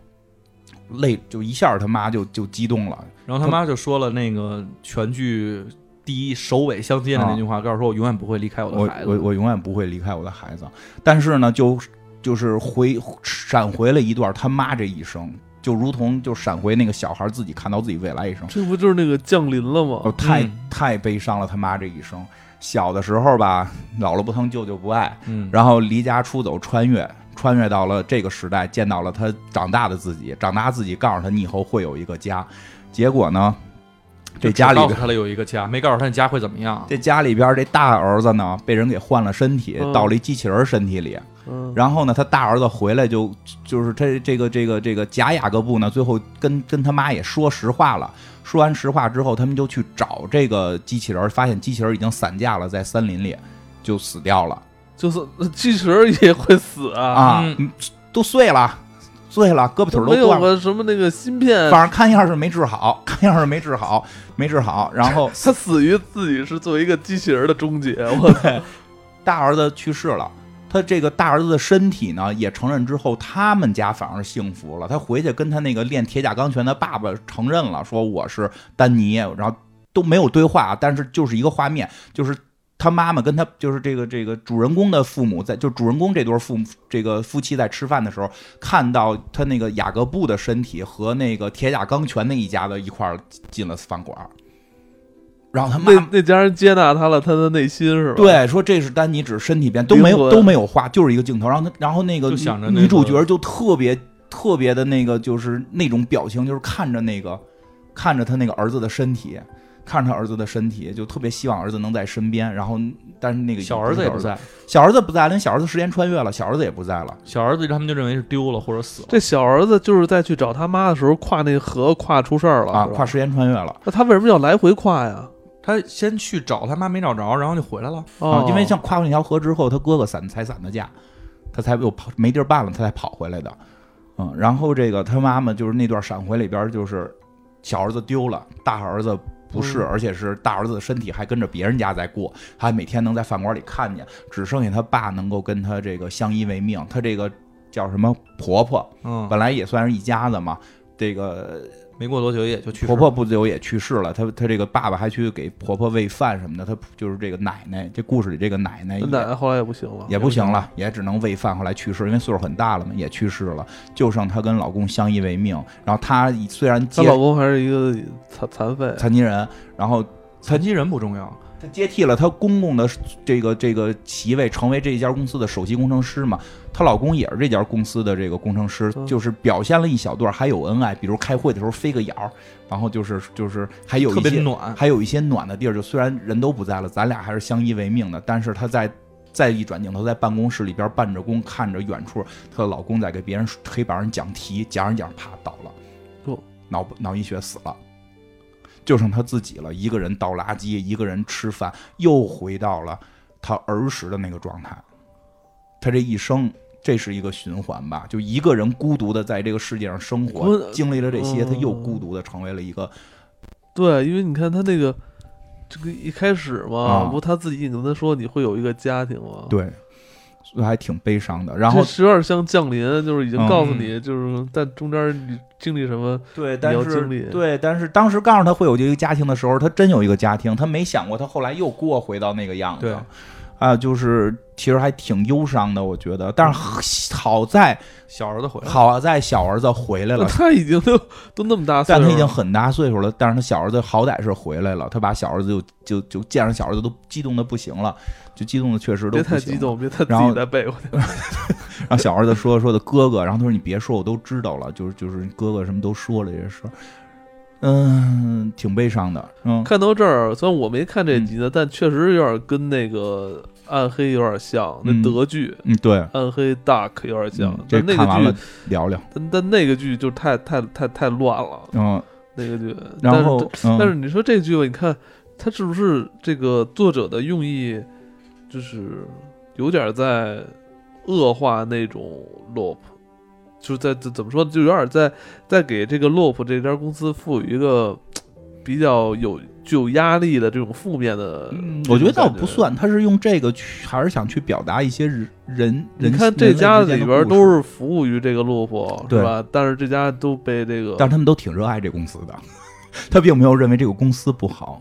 泪就一下他妈就就激动了，然后他妈就说了那个全剧第一首尾相接的那句话，告诉说我永远不会离开我啊我的孩子。我我永远不会离开我的孩子。但是呢，就就是回闪回了一段他妈这一生，就如同就闪回那个小孩自己看到自己未来一生，这不就是那个降临了哦吗？，太、嗯太悲伤了，他妈这一生。小的时候吧，姥姥不疼，舅舅不爱，嗯，然后离家出走，穿越。穿越到了这个时代，见到了他长大的自己，长大自己告诉他，你以后会有一个家。结果呢，这家里就只告边诉他了有一个家，没告诉他你家会怎么样。这家里边这大儿子呢，被人给换了身体，嗯到了一机器人身体里。嗯，然后呢，他大儿子回来就就是这这个这个这个假雅各布呢，最后跟跟他妈也说实话了。说完实话之后，他们就去找这个机器人，发现机器人已经散架了，在森林里就死掉了就是机器人也会死啊，啊嗯，嗯都碎了，碎了，胳膊腿都儿没都有断了。个什么那个芯片，反正看样是没治好，看样是没治好，没治好。然后他死于自己是作为一个机器人的终结。我大儿子去世了，他这个大儿子的身体呢也承认之后，他们家反而幸福了。他回去跟他那个练铁甲钢拳的爸爸承认了，说我是丹尼，然后都没有对话，但是就是一个画面，就是他妈妈跟他就是这个这个主人公的父母在，就主人公这对父母这个夫妻在吃饭的时候，看到他那个雅各布的身体和那个铁甲钢拳那一家的一块儿进了饭馆儿，然后他妈那妈那家人接纳他了，他的内心是吧？，对，说这是丹尼只身体变，都灵没有魂都没有画，就是一个镜头。然后他，然后那个就女想着那女主个角就特别特别的那个，就是那种表情，就是看着那个看着他那个儿子的身体，看着他儿子的身体，就特别希望儿子能在身边。然后，但是那个小儿子也不，在，小儿子不在，连小儿子时间穿越了，小儿子也不在了。小儿子他们就认为是丢了或者死了。这小儿子就是在去找他妈的时候跨那河跨出事儿哦了啊，是吧跨时间穿越了那他为什么要来回跨呀？他先去找他妈没找着，然后就回来了。哦，啊！因为像跨过那条河之后，他哥哥散才散的架，他才又跑没地儿办了，他才跑回来的。嗯，然后这个他妈妈就是那段闪回里边，就是小儿子丢了，大儿子不是，嗯而且是大儿子的身体还跟着别人家在过，他每天能在饭馆里看见，只剩下他爸能够跟他这个相依为命。他这个叫什么婆婆，嗯，本来也算是一家子嘛。这个没过多久也就去世婆婆不久也去世了，她她这个爸爸还去给婆婆喂饭什么的，她就是这个奶奶，这故事里这个奶奶也那奶奶后来也不行了，也不行了，也只能喂饭。后来去世，因为岁数很大了嘛，也去世了，就剩她跟老公相依为命。然后她虽然她接老公还是一个残残废，啊残疾人，然后残疾人不重要，她接替了她公公的这个这个席位，成为这家公司的首席工程师嘛。她老公也是这家公司的这个工程师，嗯就是表现了一小段还有恩爱，比如开会的时候飞个眼儿，然后就是就是还有特一别些暖。还有一些暖的地儿，就虽然人都不在了，咱俩还是相依为命的。但是她在再一转镜头，在办公室里边办着工，看着远处她的老公在给别人黑板上讲题，讲着讲着啪倒了，哟脑脑溢血死了，就剩她自己了，一个人倒垃圾，一个人吃饭，又回到了她儿时的那个状态。她这一生。这是一个循环吧，就一个人孤独的在这个世界上生活，孤经历了这些，她又嗯孤独的成为了一个对，因为你看他那个这个一开始嘛，啊不他自己跟他说你会有一个家庭吗？，对，所以还挺悲伤的。然后是有点像降临，就是已经嗯告诉你，就是但中间你经历什么，对，要但经历是对，但是当时告诉他会有这个家庭的时候，他真有一个家庭，他没想过他后来又过回到那个样子对。啊，就是其实还挺忧伤的，我觉得。但是好在小儿子回来了，好在小儿子回来那了，他已经都都那么大岁但数他了，已经很大岁数了。但是他小儿子好歹是回来了，他把小儿子就就就见着小儿子都激动的不行了，就激动的确实都别不太行激了动，别太自然己后再背 过去。然后小儿子说说的哥哥，然后他说你别说，我都知道了，就是就是哥哥什么都说了这些事儿，嗯，挺悲伤的，嗯，看到这儿，虽然我没看这集呢，但确实有点跟那个《暗黑》有点像，那嗯德剧《嗯，对，暗黑 Dark》有点像嗯，这但那看完个了剧，聊聊，但但那个剧就太太太太乱了，嗯，那个剧。但然是后嗯但是你说这句吧，你看他是不是这个作者的用意，就是有点在恶化那种 LOP，就是在怎怎么说，就有点在在给这个 LOP 这家公司赋予一个比较有具有压力的这种负面的。我觉得倒嗯感不算，他是用这个去，还是想去表达一些人人你人。看人这类家之间里的边故都事，是服务于这个 LOP 是对吧？但是这家都被这个但是他们都挺热爱这公司的，他并没有认为这个公司不好。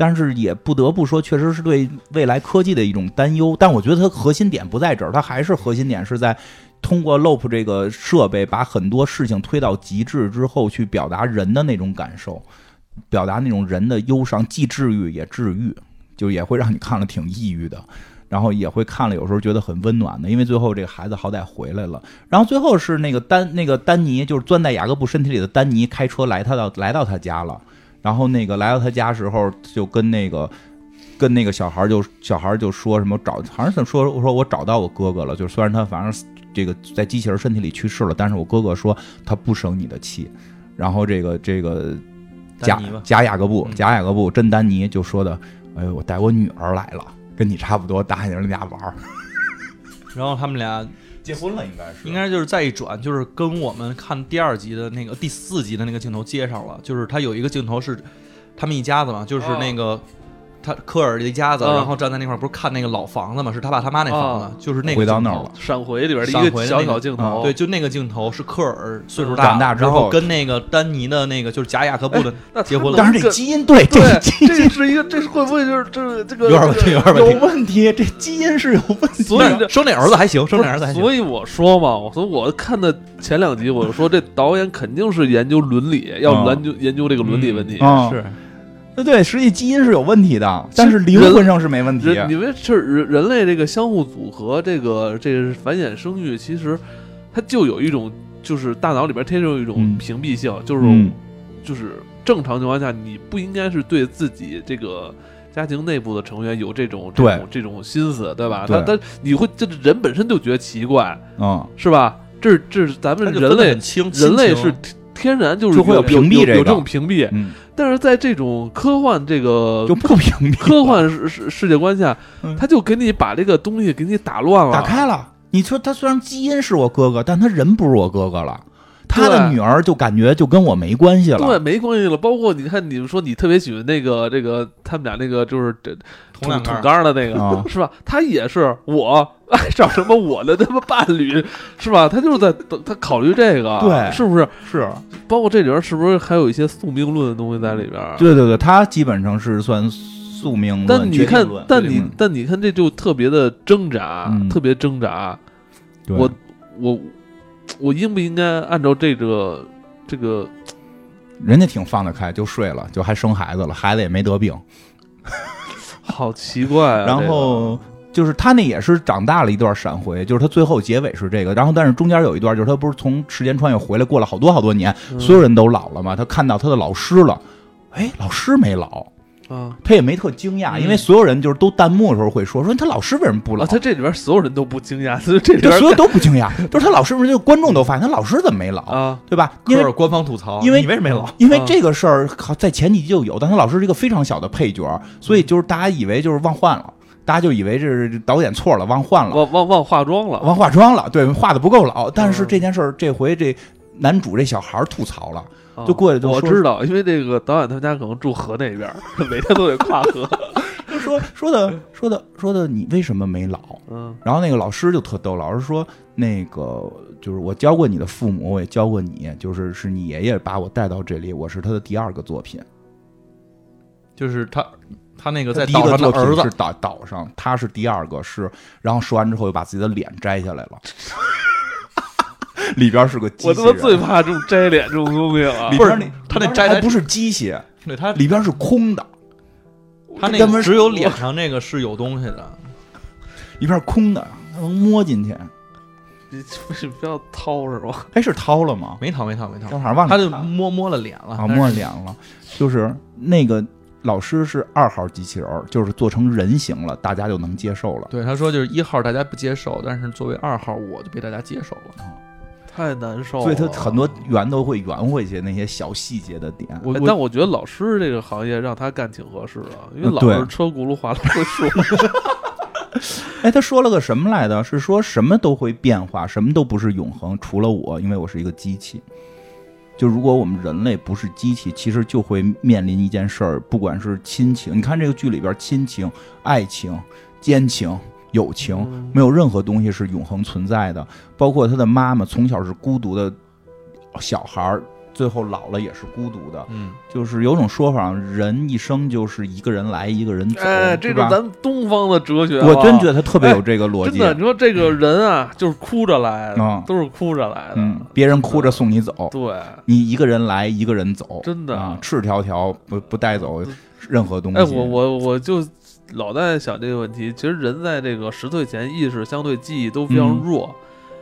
但是也不得不说，确实是对未来科技的一种担忧。但我觉得它核心点不在这儿，它还是核心点是在通过 LOP 这个设备，把很多事情推到极致之后，去表达人的那种感受，表达那种人的忧伤，既治愈也治愈，就也会让你看了挺抑郁的。然后也会看了，有时候觉得很温暖的，因为最后这个孩子好歹回来了。然后最后是那个丹，那个丹尼就是钻在雅各布身体里的丹尼开车来他到来到他家了。然后那个来到他家时候，就跟那个跟那个小孩儿就小孩儿就说什么找，好像是说我说我找到我哥哥了，就是虽然他反正这个在机器人身体里去世了，但是我哥哥说他不生你的气。然后这个这个假丹尼吧，假雅各布嗯假雅各布真丹尼就说的，哎呦，我带我女儿来了，跟你差不多大，你们俩玩儿，然后他们俩结婚了应该是应该就是再一转，就是跟我们看第二集的那个第四集的那个镜头接上了，就是他有一个镜头是他们一家子嘛，就是那个。他他科尔一家子，哦嗯然后站在那块儿，不是看那个老房子嘛，是他爸他妈那房啊子，就是那个回到镜那儿头了闪回里边的闪一回个的小那个小镜头，对，，就那个镜头是科尔岁数嗯长大之然后哎后跟那个丹尼的那个就是贾雅各布的那结婚了但当是时这基因对，这 对个基，因这是一个，这是会不会就是这这个有点问题，有点问题，有问题，这基因是有问题。所以这生那儿子还行，生那儿子还行。所以我说嘛，我说我看的前两集，我就说这导演肯定是研究伦理，要研究研究这个伦理问题。啊，是对对，实际基因是有问题的，但是灵魂上是没问题。啊人，你们是人人类这个相互组合，这个这个繁衍生育，其实它就有一种，就是大脑里边天生有一种嗯屏蔽性，就是、嗯，就是正常情况下，你不应该是对自己这个。家庭内部的成员有这种这对种这种心思，对吧？对他他你会这人本身就觉得奇怪，嗯，是吧？这是这是咱们人类轻，人类亲是情啊天天然就是就会有屏蔽有这有个有这种屏蔽，嗯，但是在这种科幻这个就不屏蔽，科幻世世世界观下嗯，他就给你把这个东西给你打乱了，打开了。你说他虽然基因是我哥哥，但他人不是我哥哥了，他的对女儿就感觉就跟我没关系对，了。没关系了。包括你看，你们说你特别喜欢那个这个他们俩那个就是这同样杆捅儿杆儿的那个、啊是吧？他也是我爱上什么我的他妈伴侣是吧？他就是在他考虑这个，对是不是？是，包括这里边是不是还有一些宿命论的东西在里边？对对对，他基本上是算宿命论但你决定看论，但决你定论但你看，这就特别的挣扎，嗯特别挣扎。对我我我应不应该按照这个这个？人家挺放得开，就睡了，就还生孩子了，孩子也没得病。好奇怪呃啊！然后就是他那也是长大了一段闪回，就是他最后结尾是这个，然后但是中间有一段就是他不是从时间穿越回来过了好多好多年，这个、嗯所有人都老了嘛，他看到他的老师了，哎，老师没老，啊他也没特惊讶，嗯哦因为所有人就是都弹幕的时候会说说他老师为什么不老啊，？他这里边所有人都不惊讶，所以这里就边所有都不惊讶，就是他老师，就是观众都发现他老师怎么没老，啊，对吧？因科为尔官方吐槽，因为你为什么没老？啊因为这个事儿靠在前几集就有，但他老师是一个非常小的配角，所嗯以就是大家以为就是忘换了，大家就以为这是导演错了，忘换了，忘忘忘化妆了，啊忘化妆了，对，化的不够老。但是嗯这件事儿，这回这男主这小孩儿吐槽 了，啊就过去就我说知道，因为这个导演他们家可能住河那边， 每天都得跨 河。就说说的说的说的你为什么没老？嗯然后那个老师就特逗，老师说那个就是我教过你的父母，我也教过你，就是是你爷爷把我带到这里，我是他的第二个作品。就是他他那个在第一岛个上的作品儿子是，岛岛上，他是第二个是，然后说完之后又把自己的脸摘下来 了，里边是个机器我人他妈最怕这种摘脸这种东西了里。不是边那他里那边摘的还不是机械，对他里边是空的，他那专个门只有脸上那个是有东西的，里边是空的，他能摸进去。你你不要掏是吧？哎，是掏了吗？没掏没掏没掏，正好忘了他就看摸摸了脸了，啊，但是摸脸了，就是那个老师是二号机器人儿，就是做成人形了，大家就能接受了。对他说就是一号大家不接受，但是作为二号我就被大家接受了。太难受了。所以他很多圆都会圆回去那些小细节的点。我哎我但我觉得老师这个行业让他干挺合适的，因为呃老对师车轱辘话都会说。哎，他说了个什么来的？是说什么都会变化，什么都不是永恒，除了我，因为我是一个机器。就如果我们人类不是机器，其实就会面临一件事儿，不管是亲情，你看这个剧里边，亲情、爱情、奸情、友情，嗯没有任何东西是永恒存在的，包括他的妈妈从小是孤独的小孩儿，最后老了也是孤独的。嗯，就是有种说法，啊人一生就是一个人来一个人走，哎，这是就是吧？咱们东方的哲学。我真觉得得他特别有这个逻真辑。的，你说这个人啊，就是哭着来嗯的，都是哭着来嗯的。，别人哭着送你走，对，你一个人来一个人走，真的啊，赤条条不不带走任何东西。哎，我我我就老在想这个问题。其实人在这个十岁前，意识相对记忆都非常嗯弱。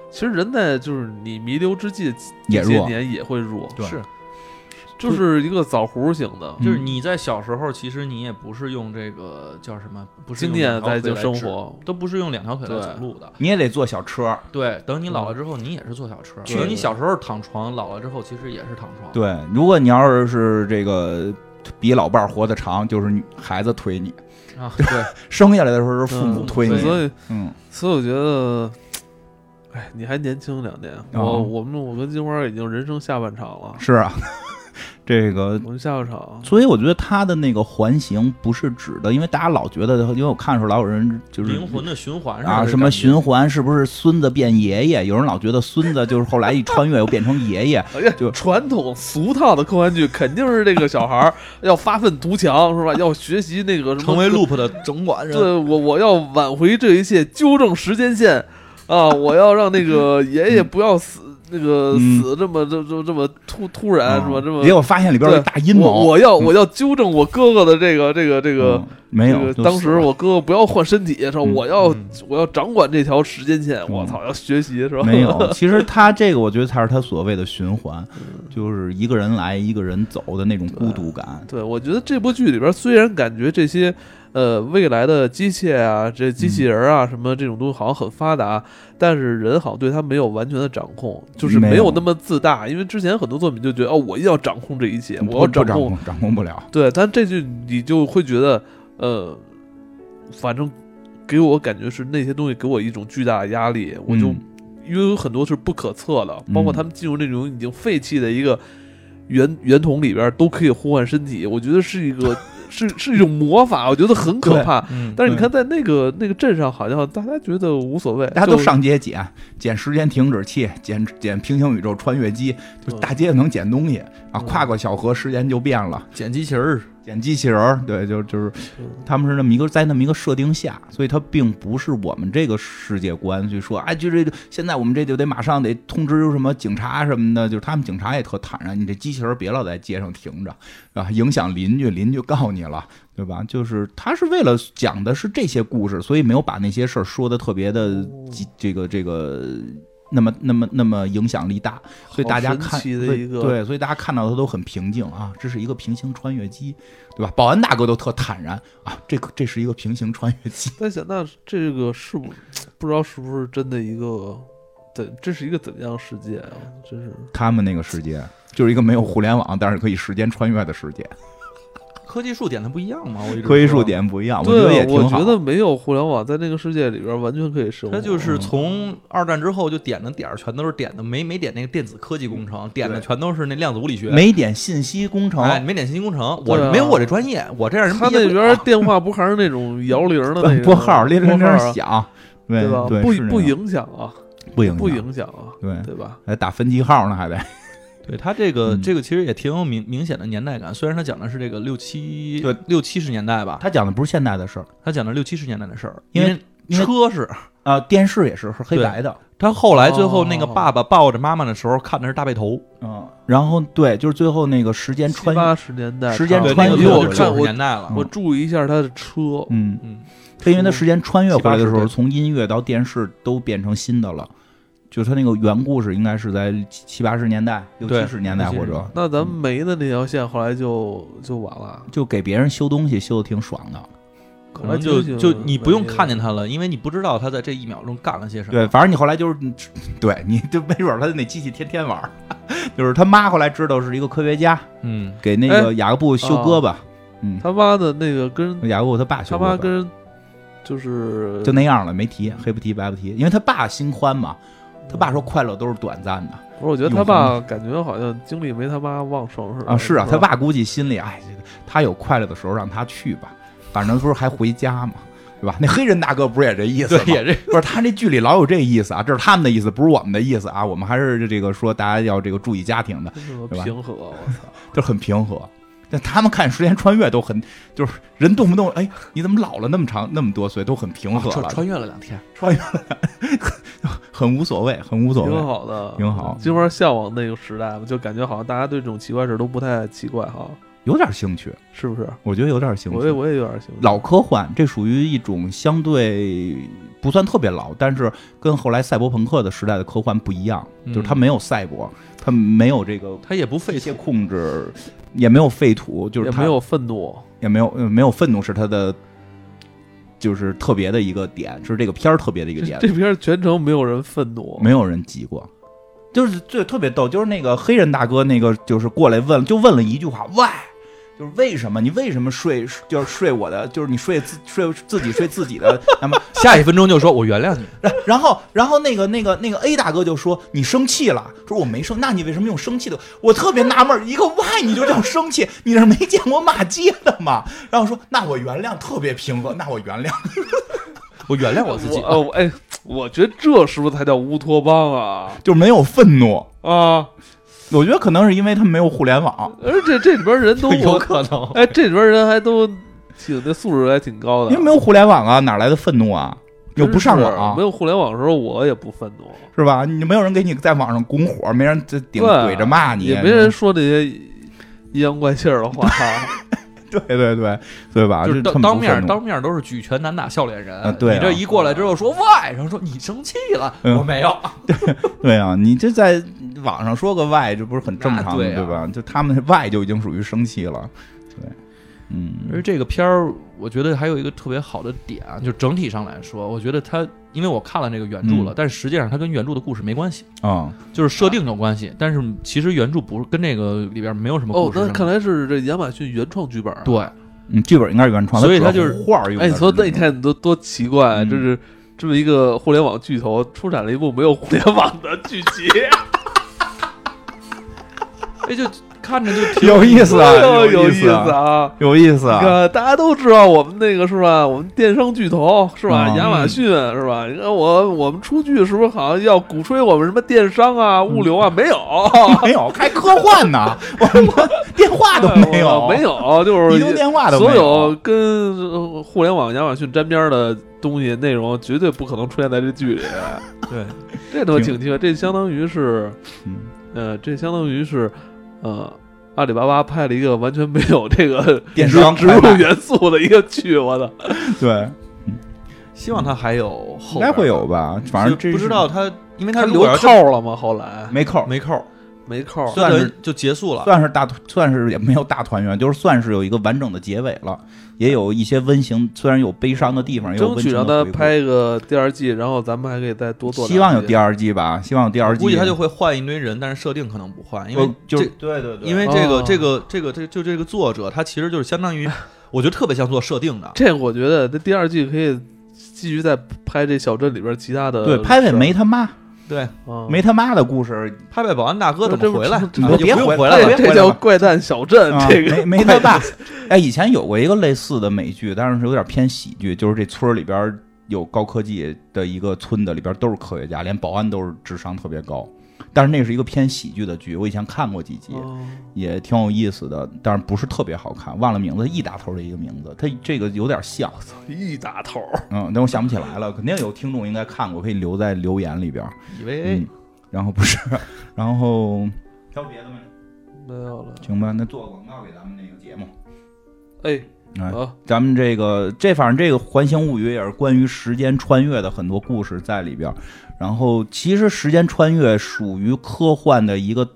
其实人在就是你弥留之际也这些弱，年也会弱，对是，就是一个枣核型的。嗯就是你在小时候，其实你也不是用这个叫什么，不是经用验两条在腿就来生指，活，都不是用两条腿来对走路的。你也得坐小车。对，等你嗯老了之后，你也是坐小车。对其实你小时候躺床，老了之后其实也是躺床。对，如果你要是是这个比老伴儿活得长，就是你孩子推你；啊，对，生下来的时候是父母嗯推对所你。以嗯，所以我觉得，哎，啊你还年轻两年，我我们我跟金花已经人生下半场了，是啊， 这个我们下个场，所以我觉得他的那个环形不是指的，因为大家老觉得，因为我看的时候老有人 就是灵魂的循环啊什么循环是不是孙子变爷爷？有人老觉得孙子就是后来一穿越又变成爷爷，哎呀，就传统俗套的科幻剧肯定是这个小孩儿要发愤图强，是吧？要学习那个什么成为 loop 的总管人，对我，我要挽回这一切，纠正时间线啊！我要让那 个爷爷不要死，那个嗯死这么这这这么突突然，啊是吧？嗯这么结果发现里边有一对大阴谋，我我要我要纠正我哥哥的这个这个这个嗯没有这个，就当死时了我哥哥不要换身体，说嗯我要嗯我要掌管这条时间线，我嗯操，要学习是吧？没 有，其实他这个我觉得才是他所谓的循环，就是一个人来一个人走的那种孤独感。对，我觉得这部剧里边虽然感觉这些呃未来的机械啊、这机嗯器人啊、什么这种东西好像很发达，但是人好像对它没有完全的掌控，就是没没有有那么自大。因为之前很多作品就觉得哦，我一定要掌控这一切，我要嗯嗯不掌控。控掌控不了，对，但这剧你就会觉得呃，反正给我感觉是那些东西给我一种巨大的压力，我就、嗯因为有很多是不可测的，包括他们进入那种已经废弃的一个圆圆筒里边都可以呼唤身体，我觉得是一个是是一种魔法，我觉得很可怕。嗯，但是你看，在那个那个镇上，好像大家觉得无所谓，大家都就上街捡捡时间停止器，捡捡平行宇宙穿越机，就是嗯大街能捡东西啊，嗯跨过小河时间就变了，捡机器人儿，捡机器人儿，对，就就是他们是那么一个在那么一个设定下，所以它并不是我们这个世界观去说，哎，就这现在我们这就得马上得通知什么警察什么的，就是他们警察也特坦然，你这机器人别老在街上停着啊，影响邻居，邻居告你了，对吧？就是他是为了讲的是这些故事，所以没有把那些事儿说的特别的几这个这个。那么，那么，那么影响力大，所以大家好神看奇的对一个对，所以大家看到它都很平静啊，这是一个平行穿越机，对吧？保安大哥都特坦然啊，这个这是一个平行穿越机， 在想，那这个是不不知道是不是真的一个，怎这是一个怎么样的世界啊？真是他们那个世界就是一个没有互联网，但是可以时间穿越的世界，科技树点的不一样嘛，我一直科技说数点不一样，我觉得对也啊，我挺好。觉得没有互联网，在那个世界里边完全可以生活。他就是从二战之后就点的点儿全都是点的，没没点那个电子科技工程，点的全都是那量子物理学。没点信息工程，哎，没点信息工程，我对啊没有我这专业，我这样人他毕业那不边了电话不还是那种摇铃的那拨个 拨号儿，铃拨铃号铃啊响，对对吧？对，是不这不样影响啊，不影不响，影响啊，对，对吧？还打分机号呢，还得 对他这个嗯这个其实也挺有明明显的年代感，虽然他讲的是这个六七对六七十年代吧，他讲的不是现代的事儿他讲的六七十年代的事儿，因为为车是啊，电视也是是黑白的，他后来最后那个哦爸爸抱着妈妈的时候看的是大背头，嗯，然后对，就是最后那个时间穿八越，十年代，时间差不多穿越对，那个因为我就是看90我年代了，我注意一下他的车，嗯，嗯，他因为他时间穿越回来的时七八候，十从音乐到电视都变成新的了。就是他那个原故事应该是在七七八十年代、六对七十年代，六七或十者那咱们没的那条线后来就就完了，就给别人修东西修的挺爽的。可然后能就挺就你不用看见没他了，因为你不知道他在这一秒钟干了些什么。对，反正你后来就是，嗯对，你就没准儿他那机器天天玩儿， 就是他妈后来知道是一个科学家，嗯，给那个雅各布修胳膊，嗯，他妈的那个跟雅各布他爸修他胳妈膊，跟就是就那样了，没提，黑不提白不提，因为他爸心宽嘛，他爸说快乐都是短暂的，不是，我觉得他爸感觉好像精力没他妈旺盛似的啊，是啊，吧他爸估计心里，哎，这个他有快乐的时候让他去吧，反正不是还回家嘛，对吧？那黑人大哥不是也这意思吗？ 对，也这不是他这剧里老有这意思啊，这是他们的意思，不是我们的意思啊。我们还是这个说大家要这个注意家庭的，真他妈对吧平和，我操！就是很平和。但他们看时间穿越都很，就是人动不动哎，你怎么老了那么长那么多岁，都很平和穿了，穿越了两天，很无所谓，很无所挺谓。好的，挺好金花向往那个时代嘛，就感觉好像大家对这种奇怪事儿都不太奇怪哈，有点兴趣，是不是？我觉得有点兴趣。我也我也有点兴趣。老科幻，这属于一种相对不算特别老，但是跟后来赛博朋克的时代的科幻不一样，嗯就是它没有赛博，它没有这个他也不一费些劲。控制，也没有废土，就是也它没有愤怒，也没有呃没有愤怒是它的。就是特别的一个点，是这个片儿特别的一个这点，这片全程没有人愤怒，没有人急过，就是最特别逗，就是那个黑人大哥那个就是过来问，就问了一句话，喂，就是为什么你为什么睡就是睡我的，就是你睡自睡自己睡自己的，那么下一分钟就说我原谅你，然然后然后那个那个那个 A 大哥就说你生气了，说我没生，那你为什么用生气的？我特别纳闷儿，一个 Y 你就这样生气，你是没见过骂街的吗？然后说那我原谅，特别平和，那我原谅。我原谅我自己。我哦，哎，我觉得这是不是才叫乌托邦啊就没有愤怒，啊！我觉得可能是因为他们没有互联网，而且这里边人 都有我可能，哎，这里边人还都挺那素质还挺高的。因为没有互联网啊，哪来的愤怒啊？又不上真是网啊没有互联网的时候，我也不愤怒，是吧？你没有人给你在网上拱火，没人这顶对啊怼着骂你，也没人说那些阴阳怪气儿的话。 对对对对吧？就是啊这当他们当不愤面怒当面都是举拳难打笑脸人。啊对啊你这一过来之后说外，然后说你生气了，嗯我没有。对啊，你这在网上说个 Y，这不是很正常的那对啊吧？就他们 Y 就已经属于生气了，对，而嗯，这个片儿，我觉得还有一个特别好的点啊，就整体上来说，我觉得它，因为我看了那个原著了，嗯但是实际上它跟原著的故事没关系，啊、就是设定有关系，但是其实原著不是跟这个里边没有什么哦故，事。那看来是这亚马逊原创剧本啊。对，嗯，剧本应该是原创，所以它它就是画儿用的哎，是你吗。说那你看你多多奇怪，啊嗯就是这么一个互联网巨头出产了一部没有互联网的剧 集，哎，就看 着就挺有意思 啊，哎呦有意思啊，啊！有意思你啊，看，大家都知道我们那个是吧？我们电商巨头是吧？嗯亚马逊是吧？你看我我们出剧是不是好像要鼓吹我们什么电商啊、嗯物流啊？没有，没有哦哎开科幻呢， 我们电话都没 有，哎我没有，就是移动电话都没所有有跟呃互联网亚马逊沾边儿的东西内容，绝对不可能出现在这 剧里。对，这他妈挺挺奇怪，这相当于是，嗯呃，这相当于是，呃，阿里巴巴拍了一个完全没有这个电商植植入拍卖元素的一个剧，我操！ 对，希望它还有后应边该会，有吧，反正就这不知是道它，因为它他如留果要真扣了吗？后来没扣儿，没扣，没扣，就算等是于就结束了。算是大，算是也没有大团圆，就是算是有一个完整的结尾了，也有一些温情，虽然有悲伤的地方，也有争温取情的让他回归拍个第二季，然后咱们还可以再多做两集。希望有第二季吧，希望有第二季。估计他就会换一堆人，但是设定可能不换，因我为就这对对对因为这个、哦这个这个这个就这个作者，他其实就是 相当于，我觉得特别像做设定的。这我觉得这第二季可以继续再拍这小镇里边其他的事儿。呃对拍拍没他妈对，啊没他妈的故事，拍拍保安大哥怎么回来？这不你啊都也别不用回回来来了了这别。这叫怪诞小镇，啊这个没没他爸。哎，以前有过一个类似的美剧，但是有点偏喜剧，就是这村儿里边儿有高科技的一个村子，里边儿都是科学家，连保安都是智商特别高。但是那是一个偏喜剧的剧，我以前看过几集，哦也挺有意思的，但是不是特别好看，忘了名字，一打头的一个名字，它这个有点像，一打头儿，嗯，但我想不起来了，肯定有听众应该看过，可以留在留言里边儿。以为哎嗯，然后不是，然后挑别的吗？没有了。行吧，那做个广告给咱们那个节目。哎，哎，啊，咱们这个这反正这个《环形物语》也是关于时间穿越的很多故事在里边儿。然后其实时间穿越属于科幻的一个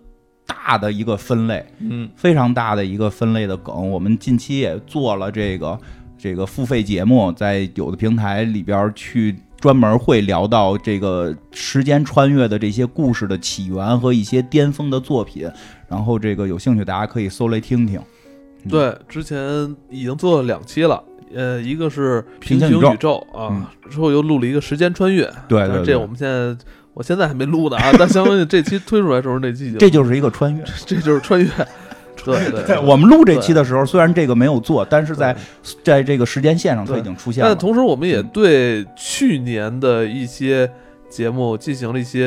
大的一个分类，嗯，非常大的一个分类的梗。我们近期也做了这个这个付费节目，在有的平台里边儿去专门会聊到这个时间穿越的这些故事的起源和一些巅峰的作品。然后这个有兴趣大家可以搜来听听。嗯对，之前已经做了两期了。呃，一个是平平行行宇宇宙嗯宙啊，之后又录了一个时间穿越，对但对是对这我们现在我现在还没录呢 啊，但相信这期推出来的时候，那期已经这就是一个穿越。这就是 穿越，对对对，我们录这期的时候，虽然这个没有做，但是在在这个时间线上它对已经出现了但。同时，我们也嗯对去年的一些节目进行了一些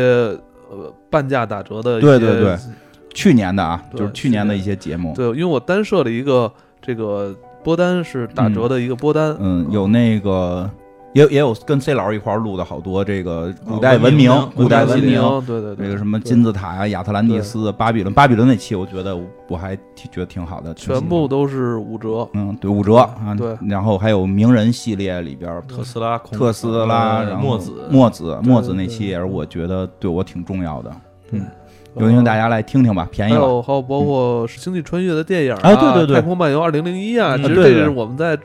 呃半价打折的一对些对对去年的啊，对就是去年的一些节目，对因为我单设了一个这个播单是打折的一个播单，嗯，有那个也也有跟 C 老师一块儿录的好多这个古代文文明古代文明明，，对对对，这个什么对金字塔呀、亚特兰蒂斯、巴比伦，巴比伦那期我觉得我还挺觉得挺好的，挺喜欢全部都是五折，嗯对五折啊，对，然后还有名人系列里边儿特斯拉、孔特斯拉，然后墨子、墨子墨子那对期也是我觉得对我挺重要的，有有兴趣大家来听听吧，便宜还了。有还有包括《星际穿越》的电影啊对对对太空漫游二零零一》啊，嗯其实对对这是我们在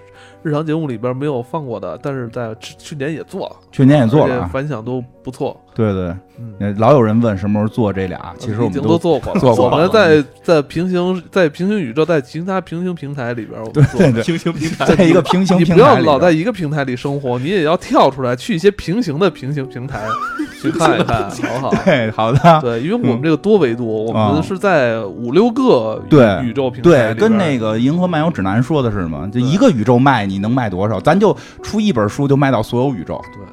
日常节目里边没有放过的，但是在去去年也做了，去年也做了而且啊，反响都不错。对对，嗯，呃老有人问什么时候做这俩，其实已我们经 都做过了，做过我了嗯们在在平行在平行宇宙，在其他平行平台里边，我们做。对对，平 行平台，在一 个平行你平不要台里老在边，一个平台里生活，你也要跳出来，去一些平行的平行平台 去看一看，好不好？对，好的，对，因为我们这个多维度，我嗯啊们是在五六个宇对宇宙平台对，里边跟那个《银河漫游指南》说的是嘛，就一个宇宙卖你能卖多少，咱就出一本书就卖到所有宇宙，对，